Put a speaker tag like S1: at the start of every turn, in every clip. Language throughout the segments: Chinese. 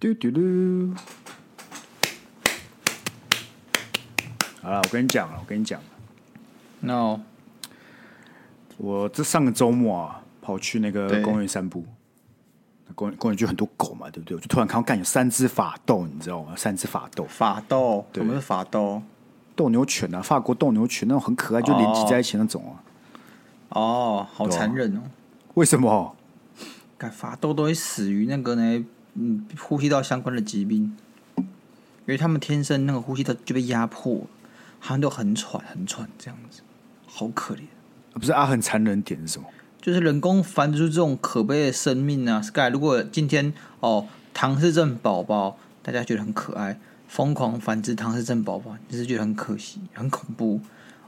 S1: 嘟嘟噜。好了，我跟你讲了，我跟你讲，
S2: No，
S1: 我这上个周末啊，跑去那个
S2: 对
S1: 公园散步，那公园公园就很多狗嘛，对不对？我就突然看到，干有三只法斗，你知道吗？三只法斗，
S2: 法斗，
S1: 对
S2: 什么是法斗？
S1: 斗牛犬啊，法国斗牛犬那种很可爱，就连
S2: 哦
S1: 挤在一起那种啊。
S2: 哦，好
S1: 对啊
S2: 残忍哦！
S1: 为什么？啊
S2: 干法斗都会死于那个呢，嗯，呼吸道相关的疾病，因为他们天生那个呼吸道就被压迫，好像都很喘很喘这样子，好可怜。
S1: 不是啊，很残忍点是什么？
S2: 就是人工繁殖出这种可悲的生命啊！Sky，如果今天哦，唐氏症宝宝大家觉得很可爱，疯狂繁殖唐氏症宝宝，你是觉得很可惜、很恐怖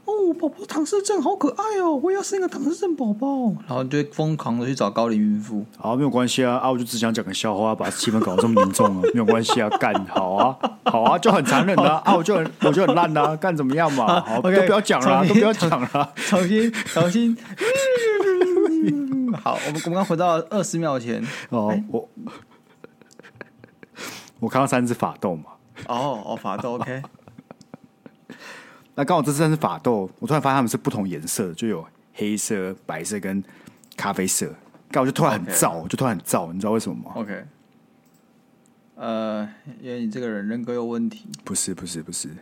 S2: 哦？宝宝唐氏症好可爱哦，我也要生一个唐氏症宝宝，然后就会疯狂的去找高龄孕妇。
S1: 好，没有关系啊，啊，我就只想讲个笑话，把气氛搞得这么凝重啊， 没有关系啊，干好啊，好啊，就很残忍 啊，啊，我就很我就很烂啊，干怎么样嘛，好，都
S2: OK，
S1: 不要讲了啊，都
S2: 重新
S1: 不要讲了啊，
S2: 重新，重新。嗯好，我们我们刚回到二十秒前。哎
S1: 哦，我我看到三只法斗嘛，
S2: 哦哦，法斗 OK，
S1: 那刚好这三只法斗，我突然发现它们是不同颜色的，就有黑色、白色跟咖啡色，干我就突然很
S2: OK
S1: 燥，我就突然很燥，你知道为什么吗？
S2: OK，呃，因为你这个人人格有问题。
S1: 不是不是不是，因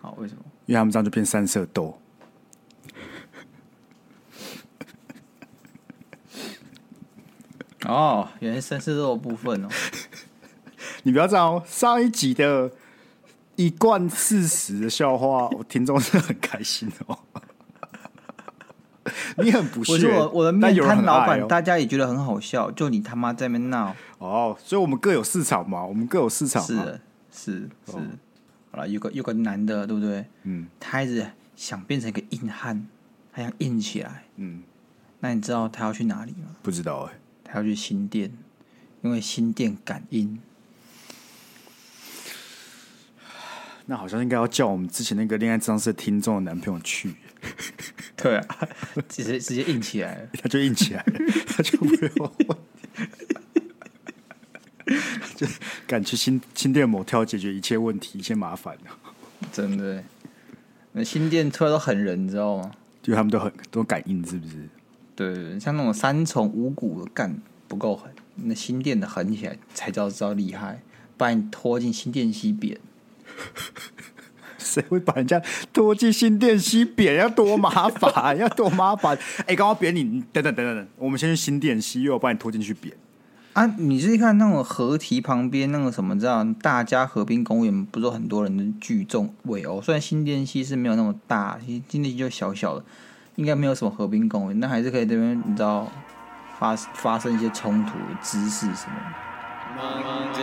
S2: 好，为什么？
S1: 为它们这样就变三色豆。
S2: 哦，原来三色豆的 部分哦。
S1: 你不要这样哦！上一集的一贯事实的笑话，我听众是很开心的哦。 你很不
S2: 我是
S1: 屑，
S2: 我我的
S1: 但
S2: 面
S1: 有人
S2: 摊
S1: 很
S2: 老
S1: 爱
S2: 板，
S1: 哦。
S2: 大家也觉得很好笑，就你他妈在那边闹。
S1: 哦，所以我们各有市场嘛，我们各有市场
S2: 是
S1: 嘛。
S2: 的是是。好了，有个有个男的，对不对？
S1: 哦嗯
S2: 他一直想变成一个硬汉，他想硬起来。
S1: 嗯，
S2: 那你知道他要去哪里吗？
S1: 不知道哎、
S2: 他要去新店，因为新店感应。
S1: 那好像应该要叫我们之前那个恋爱智商室的听众的男朋友去，
S2: 对啊， 直接直接硬起来了。
S1: 他就硬起来了， 他就不用 问。就敢去新新店某跳解决一切问题、一切麻烦、啊、
S2: 真的欸，那新店出来都狠人，你知道吗？
S1: 因为他们都很都感应，是不是？
S2: 对对对，像那种三重五谷的干不够狠，那新店的狠起来才叫知道厉害，把你拖进新店西扁。
S1: 谁会把人家拖进新店西扁？要多麻烦，要多麻烦！哎、刚刚扁你，你等等等等等，我们先去新店西，又要把你拖进去扁。
S2: 啊，你去看那种河堤旁边那个什么，这样大家河滨公园，不是有很多人聚众围殴？虽然新店溪是没有那么大，新新店溪就小小的，应该没有什么河滨公园，那还是可以这边你知道发发生一些冲突、滋事什么的。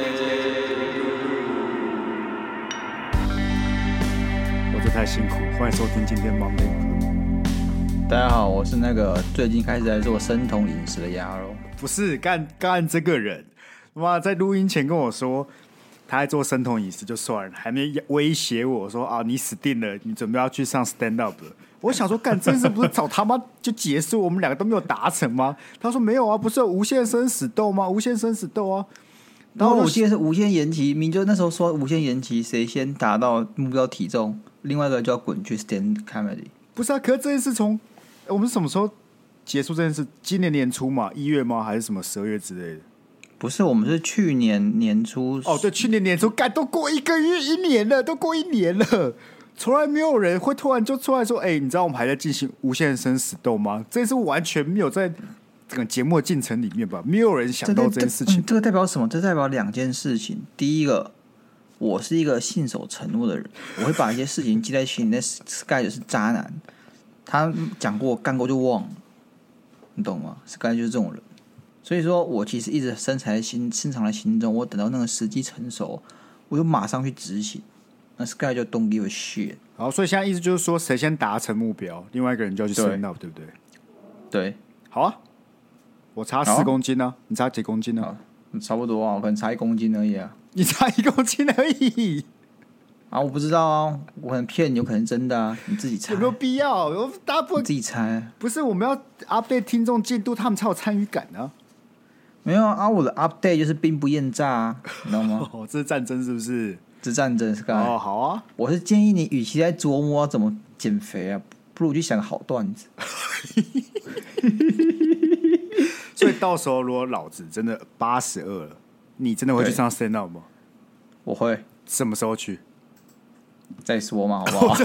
S1: 我这太辛苦，欢迎收听今天 Monday Blue。
S2: 大家好，我是那个最近开始在做生酮饮食的鸭肉。
S1: 不是干干这个人，哇，在录音前跟我说他在做生酮饮食就算了，还没威胁我说啊，你死定了，你准备要去上 stand up 了。我想说，干这件事不是早他妈就结束，我们两个都没有达成吗？他说没有啊，不是有无限生死斗吗？无限生死斗啊。
S2: 然后
S1: 我
S2: 我
S1: 就
S2: 记得是无限延期，明就那时候说无限延期，谁先达到目标体重，另外一个就要滚去 stand comedy。
S1: 不是啊，可是这件事从呃我们什么时候结束这件事？今年年初嘛，一月吗？还是什么十二月之类的？
S2: 不是，我们是去年年初
S1: 哦，对，去年年初，干都过一个月、一年了，都过一年了，从来没有人会突然就出来说：“哎、你知道我们还在进行无限生死斗吗？”这件事完全没有在整个节目的进程里面吧？没有人想到这件事情
S2: 嗯。这个代表什么？这代表两件事情。第一个，我是一个信守承诺的人，我会把一些事情记在心里。但 Sky 就是渣男，他讲过干过就忘了，你懂吗？Sky 就是这种人。所以说我其实一直深藏在心，深藏在心中。我等到那个时机成熟，我就马上去执行。那 Sky 就 don't give a shit。
S1: 好，所以现在意思就是说，谁先达成目标，另外一个人就要去
S2: 对
S1: stand up，对不对？
S2: 对，
S1: 好啊，我差
S2: 好
S1: 四
S2: 啊
S1: 公斤呢、你差几公斤呢、
S2: 好差不多啊，我可能差一公斤而已啊。
S1: 你差一公斤而已。
S2: 啊，我不知道啊，我可能骗你，有可能真的啊，你自己猜，
S1: 有没有必要？我大家不
S2: 你自己猜。啊
S1: 不是我们要 update 听众进度，他们才有参与感呢、
S2: 没有啊啊，我的 update 就是兵不厌诈啊，你知道吗？
S1: 哦，这是战争是不是？
S2: 这战争 Sky，、
S1: 哦，好啊，
S2: 我是建议你，与其在琢磨要怎么减肥啊，不如去想个好段子。
S1: 所以到时候如果老子真的八十二了，你真的会去
S2: 对
S1: 上 stand up 吗？
S2: 我会
S1: 什么时候去？
S2: 再说嘛，好不好？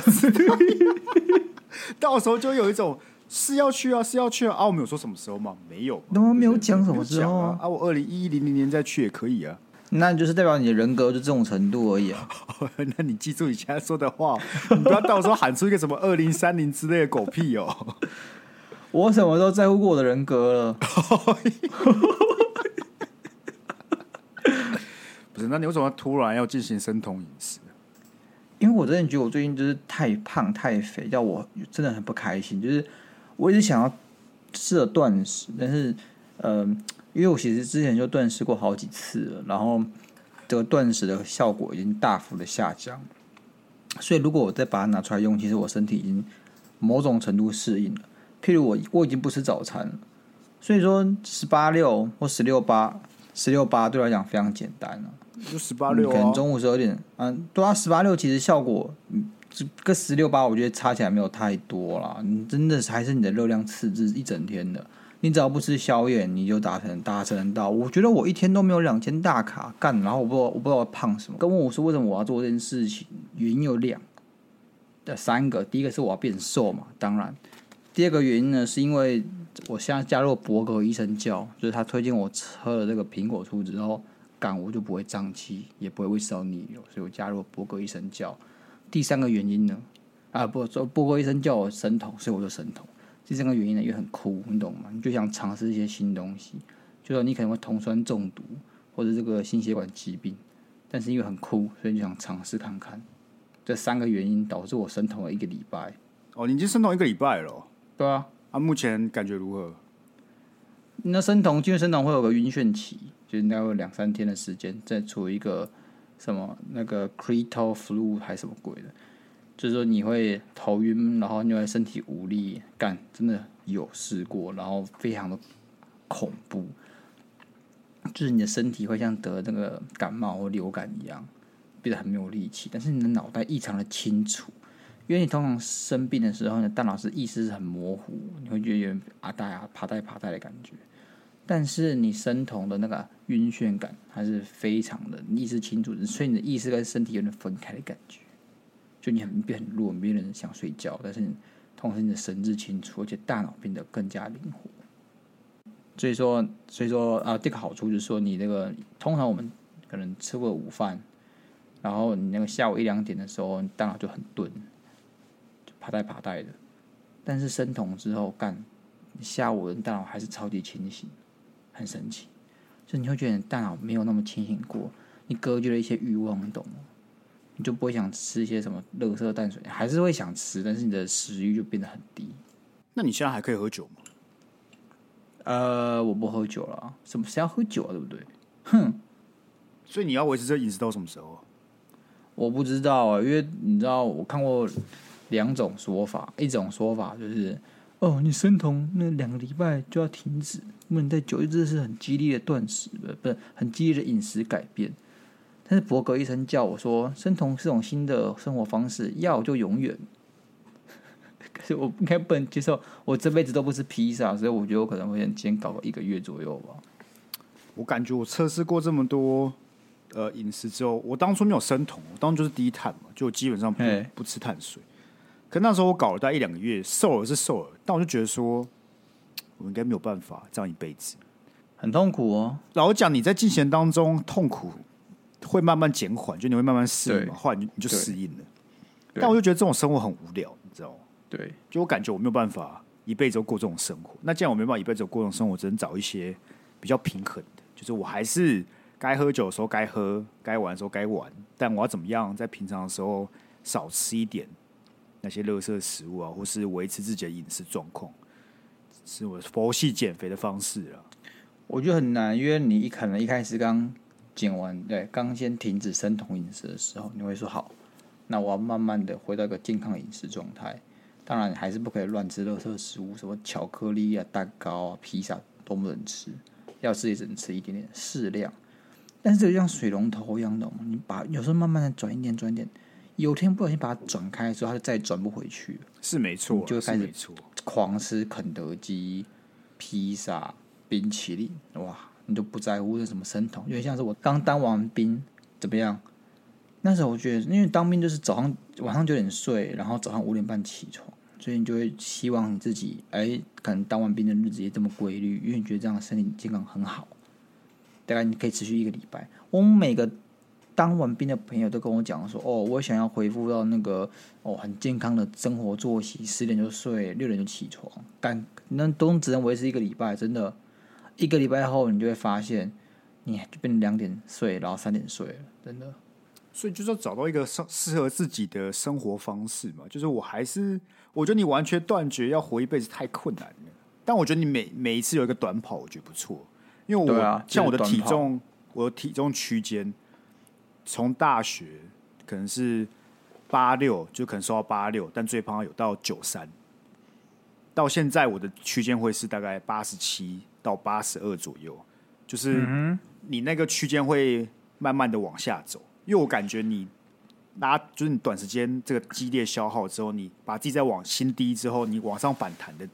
S1: 到时候就有一种是要去啊，是要去啊。啊，我们有说什么时候吗？没有嘛，
S2: 他妈没有
S1: 对不对
S2: 讲什么时候
S1: 没
S2: 啊
S1: 有讲啊。啊，我二零一零零年再去也可以啊。
S2: 那就是代表你的人格就这种程度而已啊。
S1: 那你记住你现在说的话，你不要到时候喊出一个什么二零三零之类的狗屁哦。
S2: 我什么时候在乎过我的人格了？
S1: 不是，那你为什么突然要进行生酮饮食？
S2: 因为我真的觉得我最近就是太胖太肥，让我真的很不开心。就是我一直想要试着断食，但是呃，因为我其实之前就断食过好几次了，然后这个断食的效果已经大幅的下降，所以如果我再把它拿出来用，其实我身体已经某种程度适应了。譬如我我已经不吃早餐了，所以说十八六或十六八十六八对我来讲非常简单了、
S1: 就十八
S2: 嗯
S1: 六
S2: 可能
S1: 啊，
S2: 中午十二点，嗯，对啊，十八六其实效果，嗯，这跟十六八我觉得差起来没有太多啦。你真的是还是你的热量赤字一整天的，你只要不吃宵夜，你就达成达成到。我觉得我一天都没有两千大卡干，然后我不知道我不知道我胖什么。跟问我说为什么我要做这件事情，原因有两，呃，三个。第一个是我要变瘦嘛，当然。第二个原因呢，是因为我现在加入博格医生教，就是他推荐我喝了这个苹果哦醋之后，干我就不会胀气，也不会胃食道逆流，所以我加入博格医生教。第三个原因呢，啊不，说博格医生叫我神童，所以我就神童。第三个原因呢，因为很酷，你懂吗？你就想尝试一些新东西，就说你可能会酮酸中毒或者这个心血管疾病，但是因为很酷，所以你就想尝试看看。这三个原因导致我神童了一个礼拜。
S1: 哦，你已经生酮一个礼拜了哦、
S2: 对啊，
S1: 啊，目前感觉如何？
S2: 那生酮进入生酮会有个晕眩期，就是大概有两三天的时间，在处于一个什么那个 creto flu 还是什么鬼的，就是说你会头晕，然后你会身体无力，干真的有试过，然后非常的恐怖，就是你的身体会像得那个感冒或流感一样，变得很没有力气，但是你的脑袋异常的清楚。因为你通常生病的时候，你的大脑是意识是很模糊，你会觉得有点啊呆啊、爬呆爬呆的感觉。但是你生酮的那个晕眩感，它是非常的你意识清楚的，所以你的意识跟身体有点分开的感觉，就你很变很弱，你变得想睡觉，但是你同时你的神志清楚，而且大脑变得更加灵活。所以说，所以说啊，这个好处就是说，你那个呃通常我们可能吃过午饭，然后你那个下午一两点的时候，你大脑就很钝，就爬带爬带的。但是生酮之后干，你下午的大脑还是超级清醒。很神奇，就你会觉得你大脑没有那么清醒过，你隔绝了一些欲望，你懂吗？你就不会想吃一些什么垃圾淡水，还是会想吃，但是你的食欲就变得很低。
S1: 那你现在还可以喝酒吗？
S2: 呃，我不喝酒了啊，什么谁要喝酒啊，对不对？
S1: 所以你要维持这饮食到什么时候啊？
S2: 我不知道啊，因为你知道我看过两种说法，一种说法就是，哦，你生酮那两个礼拜就要停止，不能再久，这是很激烈的断食，不不是很激烈的饮食改变。但是伯格医生叫我说，生酮是种新的生活方式，要就永远。 可是我应该不能接受，我这辈子都不吃披萨，所以我觉得我可能会先搞个一个月左右吧。
S1: 我感觉我测试过这么多呃饮食之后，我当初没有生酮，我当初就是低碳嘛，就基本上不
S2: 嘿
S1: 不吃碳水。可那时候我搞了大概一两个月，瘦了是瘦了，但我就觉得说，我应该没有办法这样一辈子。
S2: 很痛苦哦，
S1: 老实讲，你在进行当中痛苦会慢慢减缓，就你会慢慢适应嘛，
S2: 对
S1: 后来你就你就
S2: 对
S1: 适应了。
S2: 对
S1: 但我就觉得这种生活很无聊，你知道吗？
S2: 对，
S1: 就我感觉我没有办法一辈子都过这种生活。那既然我没办法一辈子都过这种生活，我只能找一些比较平衡的，就是我还是该喝酒的时候该喝，该玩的时候该玩，但我要怎么样在平常的时候少吃一点那些垃圾食物啊，或是维持自己的饮食状况，是我佛系减肥的方式啊。
S2: 我觉得很难，因为你一可能一开始刚减完，对，刚先停止生酮饮食的时候，你会说好，那我要慢慢的回到一个健康饮食状态。当然，你还是不可以乱吃垃圾食物，什么巧克力啊、蛋糕啊、披萨都不能吃，要吃也只能吃一点点，适量。但是这个就像水龙头一样的，你把有时候慢慢的转一点转一点，有天不小心把它转开的时候，它就再也转不回去了。
S1: 是没错啊，
S2: 你就会开
S1: 是
S2: 始
S1: 没错。
S2: 狂吃肯德基、披萨、冰淇淋，哇，你都不在乎是什么生酮，有点像是我刚当完兵怎么样？那时候我觉得，因为当兵就是早上晚上九点睡，然后早上五点半起床，所以你就会希望你自己，哎，可能当完兵的日子也这么规律，因为你觉得这样身体健康很好。大概你可以持续一个礼拜。我每个当完兵的朋友都跟我讲说，哦，我想要恢复到那个哦很健康的生活作息，十点就睡，六点就起床，但那都只能维持一个礼拜，真的，一个礼拜后你就会发现，你就变成两点睡，然后三点睡了，真的。
S1: 所以就是要找到一个适适合自己的生活方式嘛。就是我还是，我觉得你完全断绝要活一辈子太困难了。但我觉得你每每一次有一个短跑，我觉得不错，因为我、
S2: 对啊
S1: 像我的
S2: 就是
S1: 体
S2: 短跑
S1: 重，我的体重区间从大学可能是八六，就可能瘦到八六，但最胖有到九三。到现在我的区间会是大概八十七到八十二左右，就是你那个区间会慢慢的往下走，因为我感觉你拉就是你短时间这个激烈消耗之后，你把自己再往新低之后，你往上反弹的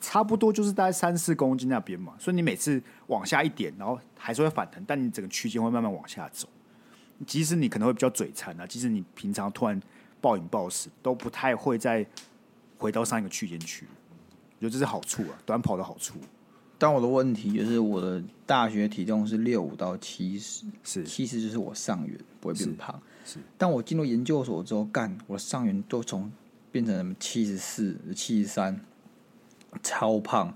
S1: 差不多就是大概三四公斤啊那边嘛，所以你每次往下一点，然后还是会反弹，但你整个区间会慢慢往下走。即使你可能会比较嘴馋啊，即使你平常突然暴饮暴食，都不太会再回到上一个区间去。我觉得这是好处啊，短跑的好处
S2: 但我的问题就是，我的大学体重是六五到七十，
S1: 是
S2: 七十就是我上缘不会变胖。
S1: 是
S2: 但我进入研究所之后，干我的上缘都从变成七十四、七十三，超胖。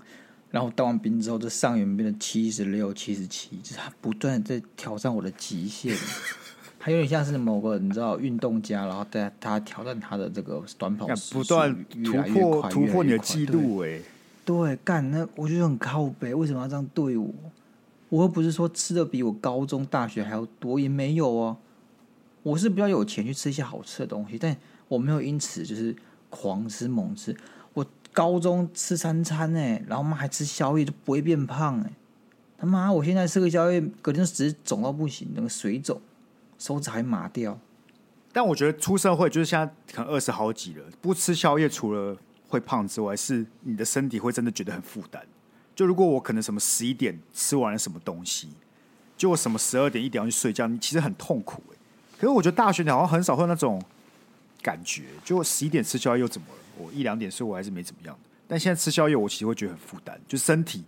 S2: 然后当完兵之后，这上缘变成七十六、七十七，就是他不断的在挑战我的极限。 他有点像是某个你知道运动家，然后在他挑战他的这个短跑
S1: 要
S2: 时速
S1: 不断
S2: 越
S1: 突
S2: 来越
S1: 破
S2: 快
S1: 突
S2: 越来
S1: 破你
S2: 越
S1: 的
S2: 快
S1: 记
S2: 对
S1: 录哎、
S2: 对，干那我觉得很靠北，为什么要这样对我？我又不是说吃的比我高中、大学还要多，也没有哦。我是比较有钱去吃一些好吃的东西，但我没有因此就是狂吃猛吃。我高中吃三餐哎、然后妈还吃宵夜就不会变胖哎、他妈我现在吃个宵夜，隔天就直接肿到不行，那个水肿，手指还麻掉。
S1: 但我觉得出社会就是现在可能二十好几了，不吃宵夜除了会胖之外，是你的身体会真的觉得很负担。就如果我可能什么十一点吃完了什么东西，就我什么十二点一点要去睡觉，你其实很痛苦哎、可是我觉得大学你好像很少会有那种感觉，就我十一点吃宵夜又怎么了？我一两点睡我还是没怎么样的。但现在吃宵夜，我其实会觉得很负担，就身体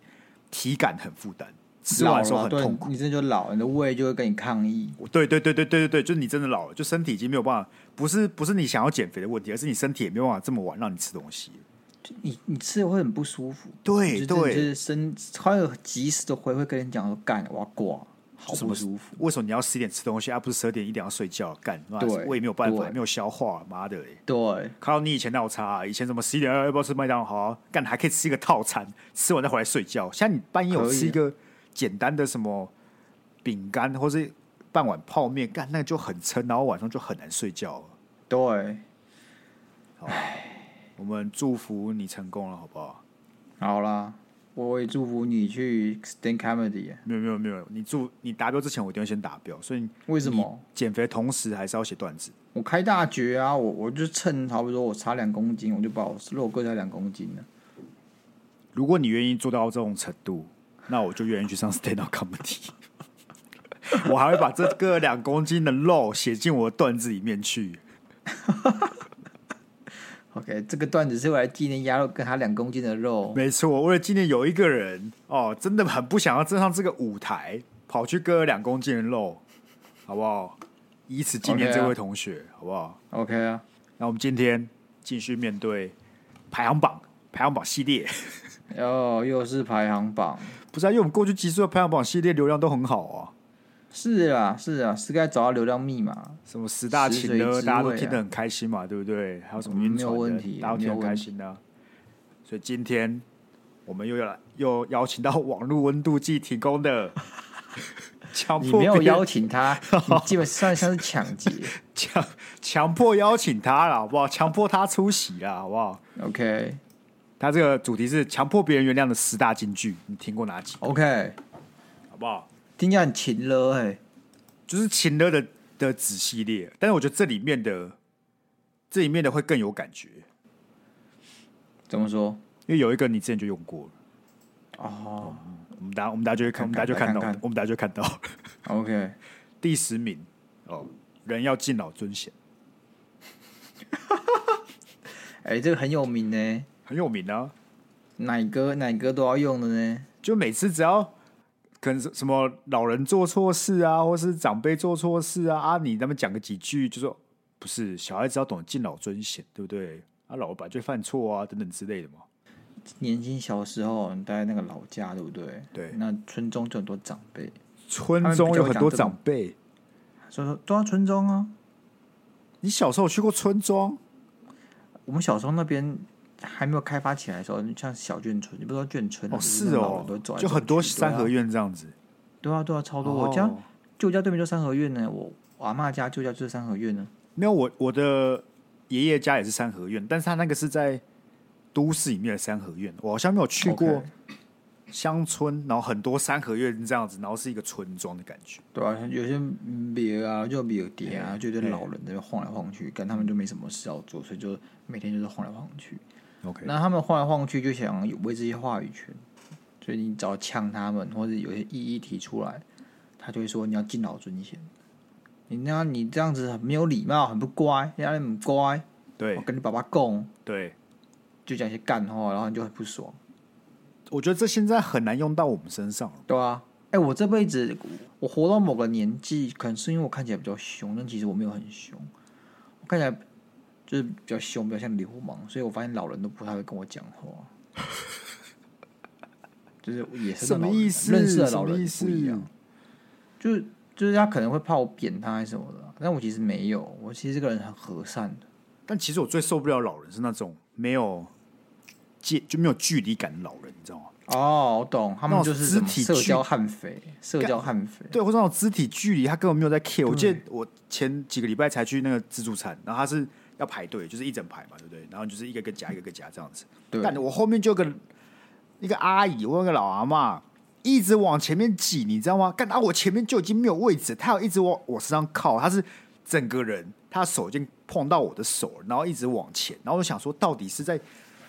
S1: 体感很负担，吃
S2: 老
S1: 完的时候
S2: 了，
S1: 很
S2: 对
S1: 痛苦，。
S2: 你这就老，你的胃就会跟你抗议。
S1: 对对对对对对对，就是你真的老了，就身体已经没有办法，不是不是你想要减肥的问题，而是你身体也没有办法这么晚让你吃东西。
S2: 你你吃了会很不舒服，
S1: 对
S2: 就是
S1: 对
S2: 就是身，他有及时的回会跟你讲说，干，我要挂，好
S1: 什
S2: 不
S1: 么
S2: 舒服。
S1: 为什么你要十点吃东西，而、啊不是十二点一点要睡觉？干，妈
S2: 对
S1: 我也没有办法，
S2: 对
S1: 没有消化，妈的、欸！
S2: 对，
S1: 看到你以前那有差、啊，以前什么十一点要要不要吃麦当劳？好啊、干还可以吃一个套餐，吃完再回来睡觉。现在你半夜有
S2: 可以啊
S1: 吃一个简单的什么饼干，或是半碗泡面，干那就很撑，然后晚上就很难睡觉了。
S2: 对，
S1: 我们祝福你成功了，好不好？
S2: 好啦，我也祝福你去 stand comedy。
S1: 没有没有没有，你祝你达标之前，我一定要先达标，所以你
S2: 为什么？
S1: 减肥同时还是要写段子。
S2: 我开大绝啊，我我就趁，好比说我差两公斤，我就把我肉割掉两公斤了。
S1: 如果你愿意做到这种程度，那我就愿意去上 stand up comedy。我还会把这个两公斤的肉写进我的段子里面去。
S2: OK，这个段子是为了纪念鸭肉跟他两公斤的肉。
S1: 没错，为了今年有一个人哦，真的很不想要站上这个舞台，跑去割两公斤的肉，好不好？以此纪念
S2: OK 啊
S1: 这位同学好不好？
S2: OK 啊，
S1: 那我们今天继续面对排行榜，排行榜系列。
S2: 哦，又是排行榜，
S1: 不是、啊，因为我们过去集数的排行榜系列流量都很好啊，
S2: 是啊是啊，是该找到流量密码。
S1: 什么十大情
S2: 食髓知
S1: 歌，
S2: 味啊
S1: 大家都听得很开心嘛，对不对？还有什么晕
S2: 没有
S1: 船
S2: 问
S1: 的
S2: 题，
S1: 大家都听得很开心的、所以今天我们又要来又邀请到网络温度计提供的， 强
S2: 你
S1: 迫
S2: 没有
S1: 别人
S2: 邀请他， 你基本上像是抢劫。
S1: 强强迫邀请他了，好不好？强迫他出席啦，好不好？
S2: OK
S1: 他这个主题是强迫别人原谅的十大金句，你听过哪几？
S2: OK，
S1: 不好？
S2: 听起来很勤了哎、
S1: 就是秦乐的的子系列，但是我觉得这里面的这里面的会更有感觉，
S2: 怎么说？
S1: 因为有一个你之前就用过了，
S2: 哦
S1: 我们大家我们大家就会看，我
S2: 看
S1: 们大家就
S2: 看
S1: 看到
S2: 看看，
S1: 我们大家就看到
S2: ，OK，
S1: 第十名哦，人要敬老尊贤，
S2: 哎、这个很有名呢，
S1: 很有名啊，
S2: 奶哥奶哥都要用的呢。
S1: 就每次只要可能是什么老人做错事啊，或是长辈做错事啊，啊你他们讲个几句，就说不是小孩子要懂得敬老尊贤，对不对？啊，老板就犯错啊，等等之类的嘛。
S2: 年轻小时候你待在那个老家，对不对？
S1: 对
S2: 那村中就很多长辈，
S1: 村
S2: 们比较
S1: 中有
S2: 会
S1: 很
S2: 讲
S1: 多
S2: 这种
S1: 长辈，
S2: 所以说都要村中啊。
S1: 你小时候有去过村庄？
S2: 我们小时候那边还没有开发起来的时候，像小眷村，你不知道眷村啊
S1: 哦，
S2: 就是那老人
S1: 哦
S2: 都走，来
S1: 就
S2: 走
S1: 很多
S2: 去
S1: 三合
S2: 对啊
S1: 院这样子。
S2: 对啊，对啊，超多。我家
S1: 哦
S2: 舅家对面就三合院呢，我我阿妈家舅家就是三合院呢。
S1: 没有我我的爷爷家也是三合院，但是他那个是在都市里面的三合院，我好像没有去过
S2: OK
S1: 乡村，然后很多三合院这样子，然后是一个村庄的感觉。
S2: 对啊，有些庙啊，就庙蝶啊，
S1: 嗯
S2: 就有些老人在那边晃来晃去，但他们就没什么事要做，所以就每天就是晃来晃去。
S1: OK，
S2: 那他们晃来晃去就想有维持一些话语权，所以你只要呛他们，或者有些异议提出来，他就会说你要敬老尊贤。你那样你这样子很没有礼貌，很不乖，人家很不乖，我
S1: 对
S2: 跟你爸爸共，
S1: 对，
S2: 就讲一些干话，然后你就很不爽，
S1: 我觉得这现在很难用到我们身上了。
S2: 对啊。哎、我这辈子我活到某个年纪，可能是因为我看起来比较凶，但其实我没有很凶，我看起来就是比较凶，比较像流氓，所以我发现老人都不太会跟我讲话，就是野
S1: 什
S2: 生的
S1: 么
S2: 老人
S1: 意
S2: 啊
S1: 思
S2: 认识的
S1: 什
S2: 老
S1: 么
S2: 人
S1: 意
S2: 不一样
S1: 思，
S2: 就是就是他可能会怕我扁他还是什么的啊，但我其实没有，我其实这个人很和善的，
S1: 但其实我最受不了老人是那种没有界就没有距离感的老人，你知道吗？
S2: 哦，我懂，他们
S1: 那种
S2: 就是
S1: 肢
S2: 什么
S1: 体
S2: 社
S1: 距
S2: 交悍匪，社交悍匪，
S1: 对，或者那种肢体距离，他根本没有在 care。我记得我前几个礼拜才去那个自助餐，然后他是要排队，就是一整排嘛，对不对？然后就是一个个夹，一个个夹这样子。
S2: 对
S1: 但我后面就有个一个阿姨，我有个老阿妈，一直往前面挤，你知道吗？干啊，我前面就已经没有位置，她要一直往我身上靠，她是整个人，她的手已经碰到我的手，然后一直往前，然后我想说，到底是在，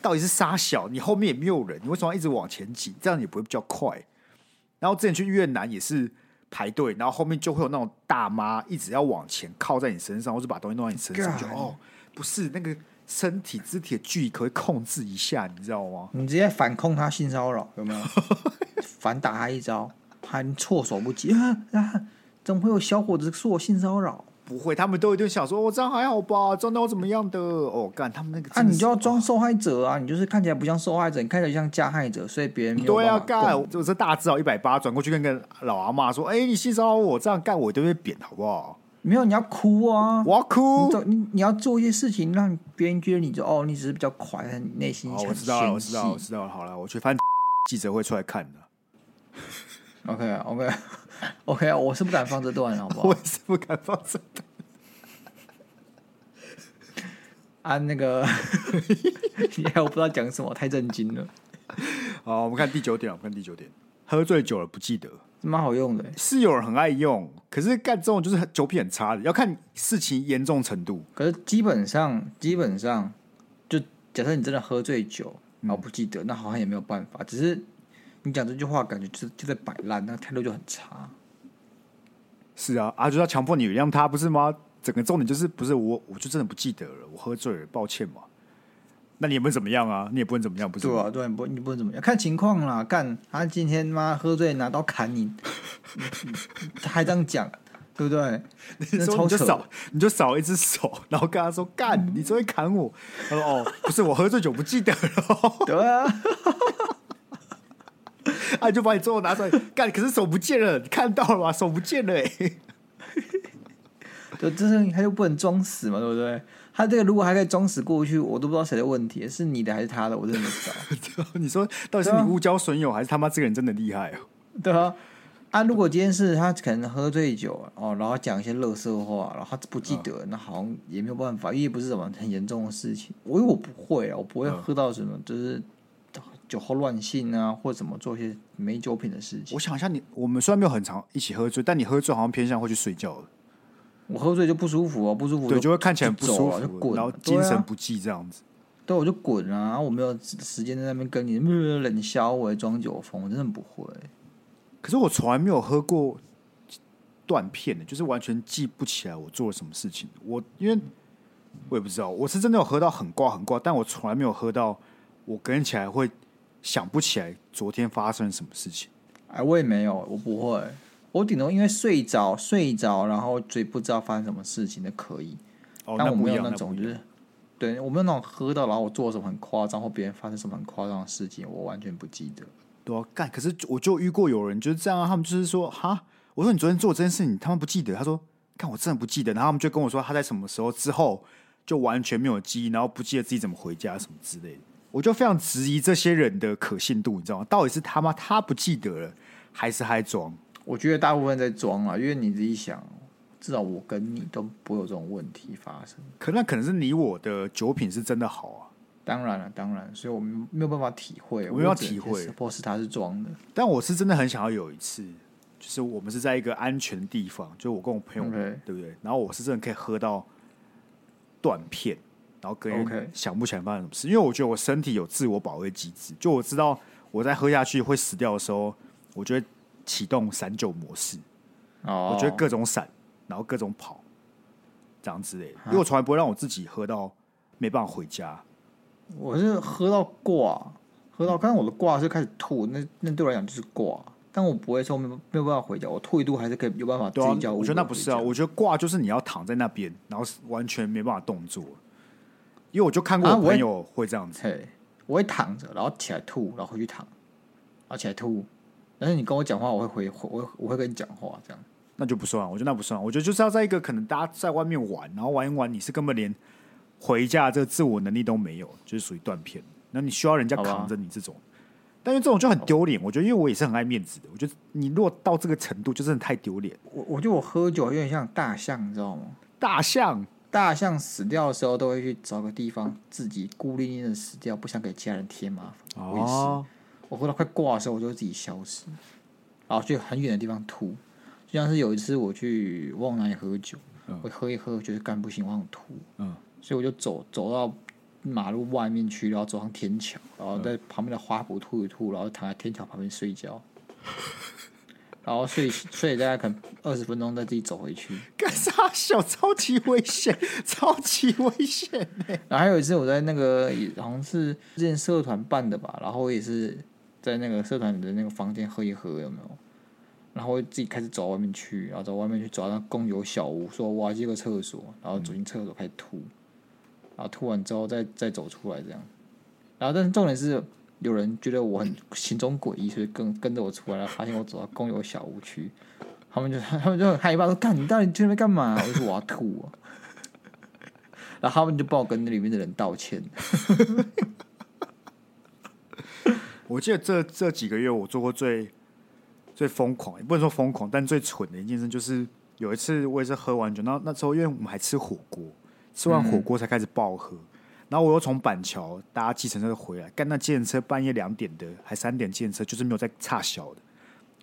S1: 到底是杀小，你后面也没有人，你为什么要一直往前挤？这样也不会比较快。然后之前去越南也是排队，然后后面就会有那种大妈一直要往前靠在你身上，或是把东西弄在你身上，
S2: God
S1: 就哦，不是那个身体肢体的距离可以控制一下，你知道吗？
S2: 你直接反控他性骚扰，有 没有？反打他一招，他措手不及啊啊！怎么会有小伙子说我性骚扰？
S1: 不会，他们都一定想说，哦，这样还好吧，这样能有怎么样的？哦，干，他们那个
S2: 啊，
S1: 真的
S2: 你
S1: 是
S2: 就要装受害者啊！你就是看起来不像受害者，你看起来像加害者，所以别人没 有
S1: 对啊，
S2: 办法
S1: 干，
S2: 共
S1: 我我这大只哦，一百八，转过去跟个老阿妈说，哎、你性骚扰我，这样干我都会扁，好不好？
S2: 没有，你要哭啊！
S1: 我要哭
S2: 你。走，你你要做一些事情，让别人觉得你就哦，你只是比较快，但你内心
S1: 哦，
S2: 很
S1: 我知道了，我知道了，我
S2: 纤细
S1: 知道了。好了，我去翻记者会出来看的，
S2: OK OK OK，我是不敢放这段，好不 好
S1: 我？也是不敢放这段。
S2: 啊，那个， 你还我不知道讲什么，太震惊了，
S1: 好，我们看第九点，我们看第九点，喝醉酒了不记得，
S2: 蛮好用的欸、
S1: 是有人很爱用，可是干这种就是酒品很差的，要看事情严重程度。
S2: 可是基本上，基本上，就假设你真的喝醉酒，
S1: 嗯
S2: 然后不记得，那好像也没有办法。只是你讲这句话，感觉就是就在摆烂，那个态度就很差。
S1: 是啊，啊，就要强迫你原谅他，不是吗？整个重点就是，不是我，我就真的不记得了，我喝醉了，抱歉嘛。那你也不能怎么样啊，你也不能怎么样，不是
S2: 对
S1: 吗？
S2: 啊，对啊，你不你不能怎么样，看情况啦。干他今天妈喝醉拿刀砍你，他还这样讲，对不对？
S1: 你
S2: 那
S1: 说
S2: 超
S1: 你就
S2: 扯
S1: 少，你就少一只手，然后跟他说干，你昨天砍我。他说哦，不是我喝醉酒不记得了，
S2: 对啊，
S1: 啊，你就把你桌子拿出来干，可是手不见了，你看到了吗？手不见了、欸，
S2: 对，这是他就不能装死嘛，对不对？他这个如果还可以装死过去，我都不知道谁的问题，是你的还是他的，我真的不知道。
S1: 你说到底是
S2: 对啊
S1: 你误交损友，还是他妈这个人真的厉害哦？
S2: 对啊，啊，如果今天是他可能喝醉酒哦，然后讲一些乐色话，然后他不记得，
S1: 嗯
S2: 那好像也没有
S1: 嗯
S2: 办法，因为不是什么很严重的事情。我因为我不会啊，我不会喝到什么，就是酒后乱性啊，或者怎么做一些没酒品的事情。
S1: 我想一下你，我们虽然没有很常一起喝醉，但你喝醉好像偏向会去睡觉了，
S2: 我喝醉就不舒服哦，不舒服
S1: 对，就会看起来很不舒
S2: 就走了就
S1: 服，
S2: 滚
S1: 然后
S2: 对啊
S1: 精神不济这样子。
S2: 对，我就滚啊！然后我没有时间在那边跟你 呃冷笑，我装酒疯，我真的不会。
S1: 可是我从来没有喝过断片的，就是完全记不起来我做了什么事情。我因为我也不知道，我是真的有喝到很挂很挂，但我从来没有喝到我隔天起来会想不起来昨天发生什么事情。
S2: 哎，我也没有，我不会。我顶多因为睡着，睡着，然后嘴不知道发生什么事情的可以，
S1: 哦，
S2: 但
S1: 那
S2: 我
S1: 不
S2: 没
S1: 一
S2: 有
S1: 样，
S2: 那
S1: 那
S2: 种
S1: 不
S2: 就
S1: 一样
S2: 是，对我没有那种喝到然后我做了什么很夸张或别人发生什么很夸张的事情，我完全不记得。
S1: 对啊，干。可是我就遇过有人就是这样、啊，他们就是说哈，我说你昨天做这件事情，他们不记得。他说，看我真的不记得。然后他们就跟我说他在什么时候之后就完全没有记忆，然后不记得自己怎么回家什么之类的。我就非常质疑这些人的可信度，你知道吗？到底是他妈他不记得了，还是还装？
S2: 我觉得大部分在装啊，因为你自己想，至少我跟你都不会有这种问题发生。
S1: 可那可能是你我的酒品是真的好啊，
S2: 当然了，当然，所以我们没有办法体会，
S1: 我没有
S2: 我只能
S1: 体会
S2: 接受或是他是装的。
S1: 但我是真的很想要有一次，就是我们是在一个安全的地方，就我跟我朋友
S2: OK
S1: 对不对？然后我是真的可以喝到断片，然后隔天
S2: OK
S1: 想不起来发生什么事因为我觉得我身体有自我保卫机制，就我知道我在喝下去会死掉的时候，我就会启动闪酒模式，
S2: 哦，
S1: 我觉得各种闪，然后各种跑，这样之类的，因为我从来不会让我自己喝到没办法回家。
S2: 我是喝到挂，喝到刚刚我的挂是开始吐，那那对我来讲就是挂，但我不会说没有没有办法回家，我吐一吐还是可以有办法自
S1: 对啊
S2: 己，叫 Uber 回家。
S1: 我觉得那不是啊，我觉得挂就是你要躺在那边，然后是完全没办法动作，因为我就看过
S2: 啊
S1: 我
S2: 我
S1: 朋
S2: 也
S1: 友会这样子，
S2: 嘿，我会躺着，然后起来吐，然后回去躺，然后起来吐。但是你跟我讲话，我会回，我会我会跟你讲话，这样
S1: 那就不算啊，我觉得那不算啊，我觉得就是要在一个可能大家在外面玩，然后玩一玩，你是根本连回家的这个自我能力都没有，就是属于断片，那你需要人家
S2: 好吧
S1: 扛着你这种。但是这种就很丢脸，我觉得，因为我也是很爱面子的。我觉得你如果到这个程度，就真的太丢脸。
S2: 我我觉得我喝酒有点像大象，你知道吗？
S1: 大象
S2: 大象死掉的时候都会去找个地方自己孤零零的死掉，不想给家人添麻烦。我也是，
S1: 哦，
S2: 我喝到快挂的时候，我就会自己消失，然后去很远的地方吐。就像是有一次我去往哪里喝酒，我喝一喝觉得干不行，我想吐，
S1: 嗯，
S2: 所以我就走走到马路外面去，然后走上天桥，然后在旁边的花圃吐一吐，然后躺在天桥旁边睡觉，然后睡睡大概可能二十分钟，再自己走回去。
S1: 干啥小超级危险，超级危险。
S2: 然后还有一次我在那个好像是之前社团办的吧，然后我也是在那个社团的那个房间喝一喝，有没有？然后我自己开始走到外面去，然后走到外面去走到那公有小屋，说我要去个厕所，然后走进厕所开始吐，然后吐完之后再再走出来这样。然后但是重点是有人觉得我很行踪诡异，所以跟跟着我出来，然后发现我走到公有小屋去，他们就他们就很害怕说：“干你到底去那边干嘛？”我就说：“我要吐、啊。”然后他们就帮我跟那里面的人道歉。
S1: 我记得这这几个月我做过最最疯狂，也不能说疯狂，但最蠢的一件事就是有一次我也是喝完酒，那那时候因为我们还吃火锅，吃完火锅才开始暴喝，然后我又从板桥搭计程车回来，干那计程车半夜两点的还三点计程车就是没有在差小的，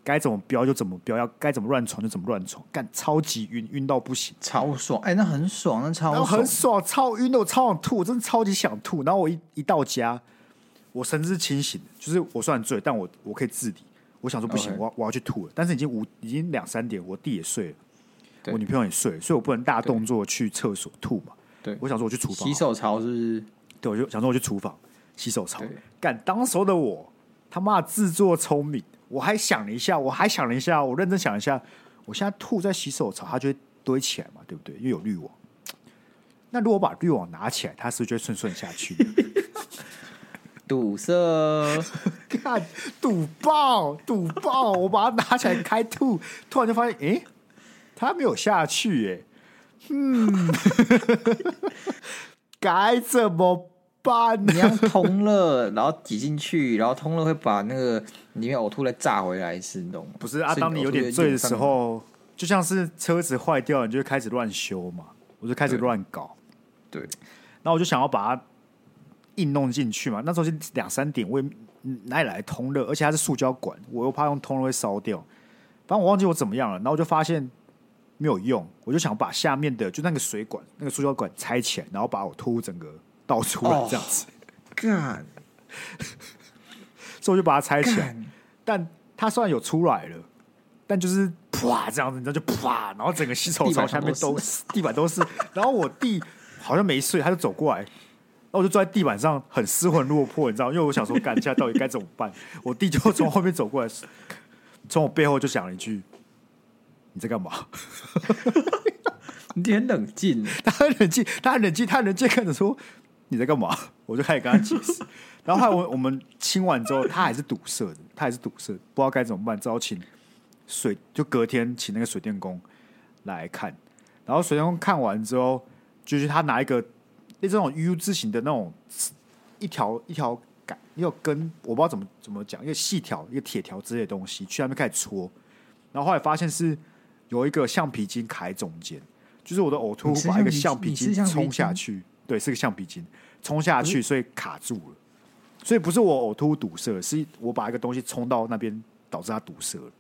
S1: 该怎么飙就怎么飙，要该怎么乱闯就怎么乱闯，干超级晕，晕到不行。
S2: 超爽，哎、那很爽，那超
S1: 然后
S2: 爽
S1: 很，爽，超晕的，我超想吐，我真的超级想吐。然后我一一到家，我神志清醒的，就是我虽然醉，但我我可以自理。我想说不行
S2: OK
S1: 我要我要去吐了，但是已经五已经两三点，我弟也睡了，
S2: 对
S1: 我女朋友也睡了，所以我不能大动作去厕所吐嘛。
S2: 对
S1: 我想说我去厨房
S2: 洗，手槽是不是？
S1: 对，我就想说我去厨房洗手槽
S2: 对。
S1: 干，当时候的我他妈的自作聪明，我还想了一下，我还想了一下，我认真想了一下，我现在吐在洗手槽，它就会堆起来嘛，对不对？因为有滤网。那如果把滤网拿起来，它是不是就会顺顺下 去？
S2: 堵塞，
S1: 看，赌爆，赌爆！我把它拿起来开吐，突然就发现，诶，它没有下去、诶，嗯， 该怎么办呢？
S2: 你要通了，然后挤进去，然后通了会把那个里面呕吐再炸回来一次，你懂吗？
S1: 不是啊，
S2: 所以
S1: 当你
S2: 呕
S1: 有
S2: 吐
S1: 点
S2: 就
S1: 醉的
S2: 涌上
S1: 时
S2: 来，
S1: 候，就像是车子坏掉，你就会开始乱修嘛，我就开始
S2: 对
S1: 乱搞，
S2: 对，
S1: 然后我就想要把它硬弄进去嘛。那时候是两三点，我也哪里来的通热？而且它是塑胶管，我又怕用通热会烧掉。反正我忘记我怎么样了，然后我就发现没有用，我就想把下面的就那个水管、那个塑胶管拆起来，然后把我吐整个倒出来
S2: 哦
S1: 这样子，
S2: 干
S1: 所以我就把它拆起来。
S2: 干，
S1: 但它虽然有出来了，但就是啪这样子，你知道就啪，然后整个洗手槽下面都是，地板都是。然后我弟好像没睡，他就走过来，然后我就坐在地板上很失魂落魄，你知道吗，因为我想说，干现在到底该怎么办？我弟就从后面走过来，从我背后就讲了一句：“你在干嘛？”
S2: 你很冷静，
S1: 他很冷静，他很冷静，他很冷静地看着说：“你在干嘛？”我就开始跟他解释。然后后来我我们清完之后，他还是堵塞的，他还是堵塞，不知道该怎么办，只好请水，就隔天请那个水电工来看。然后水电工看完之后，就是他拿一个那这种 U 字形的那种一条一条杆，一条根，我不知道怎么怎么讲，一个细条、一个铁条之类的东西，去那边开始戳。然后后来发现是有一个橡皮筋卡在中间，就是我的呕吐
S2: 你是
S1: 把一个
S2: 橡
S1: 橡
S2: 皮
S1: 皮
S2: 你是
S1: 筋
S2: 橡皮
S1: 冲下
S2: 筋
S1: 去，对，是个橡皮筋冲下去，所以卡住了。所以不是我呕吐堵塞，是我把一个东西冲到那边，导致它堵塞了。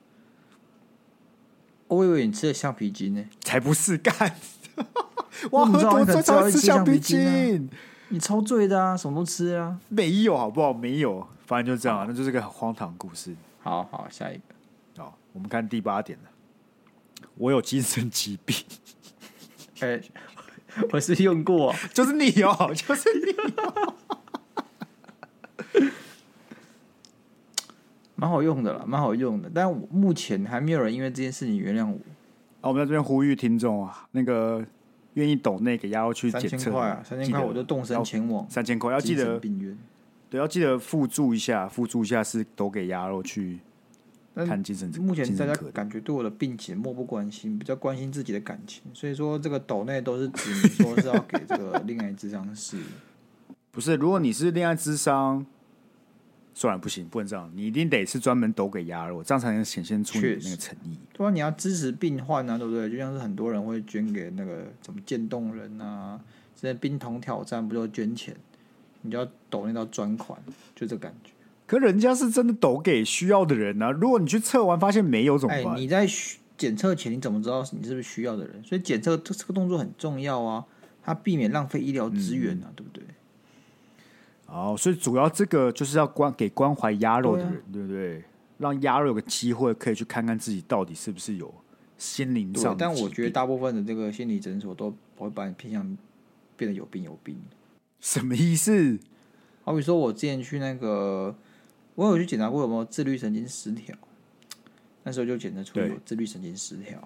S2: 哦我以为你吃了橡皮筋呢、
S1: 才不是干！ 我
S2: 那
S1: 喝
S2: 你知道
S1: 多
S2: 那个
S1: 醉才
S2: 最后
S1: 会
S2: 一
S1: 吃
S2: 次
S1: 橡
S2: 橡
S1: 皮
S2: 皮筋啊
S1: 筋，
S2: 你超醉的啊，什么都吃啊。
S1: 没有好不好？没有，反正就这样啊，那就是个很荒唐的故事。
S2: 好好，下一个，
S1: 好，我们看第八点了。我有精神疾病，
S2: 哎、 我是用过，
S1: 就是你哦，就是你。
S2: 蛮好用的啦，蛮好用的。但我目前还没有人因为这件事情原谅我。
S1: 好，我们在这边呼吁听众啊，那个愿意抖那个也要去
S2: 三
S1: 检
S2: 千
S1: 测，
S2: 块啊，三千块我就动身前往
S1: 三千块要记
S2: 精神
S1: 得，
S2: 病院。
S1: 对，要记得附注一下，附注一下是都给鸭肉去看
S2: 但
S1: 精神
S2: 目前
S1: 精
S2: 大
S1: 神
S2: 家
S1: 科的。
S2: 感觉对我的病情漠不关心，比较关心自己的感情，所以说这个抖内都是指明说是要给这 个恋爱智商是
S1: 不是，如果你是恋爱智商，算了，不行，不能这样，你一定得是专门抖给鸭肉，这样才能显现出你的
S2: 确
S1: 那
S2: 实
S1: 个诚意。
S2: 对啊，你要支持病患啊，对不对？就像是很多人会捐给那个什么渐冻人啊，现在冰桶挑战不就捐钱，你就要抖那道专款，就这感觉。
S1: 可人家是真的抖给需要的人啊！如果你去测完发现没有怎么
S2: 哎，
S1: 办？
S2: 你在需检测前你怎么知道你是不是需要的人？所以检测这这个动作很重要啊，它避免浪费医疗资源
S1: 嗯
S2: 啊，对不对？
S1: 哦，所以主要这个就是要关给关怀鸭肉的
S2: 啊
S1: 人，对不对？让鸭肉有个机会可以去看看自己到底是不是有心灵
S2: 对
S1: 上，的
S2: 但
S1: 疾
S2: 我觉得
S1: 病
S2: 大部分的这个心理诊所都不会把你偏向变得有病有病。
S1: 什么意思？
S2: 好比说，我之前去那个，我有去检查过有没有自律神经失调，那时候就检测出
S1: 对
S2: 有自律神经失调。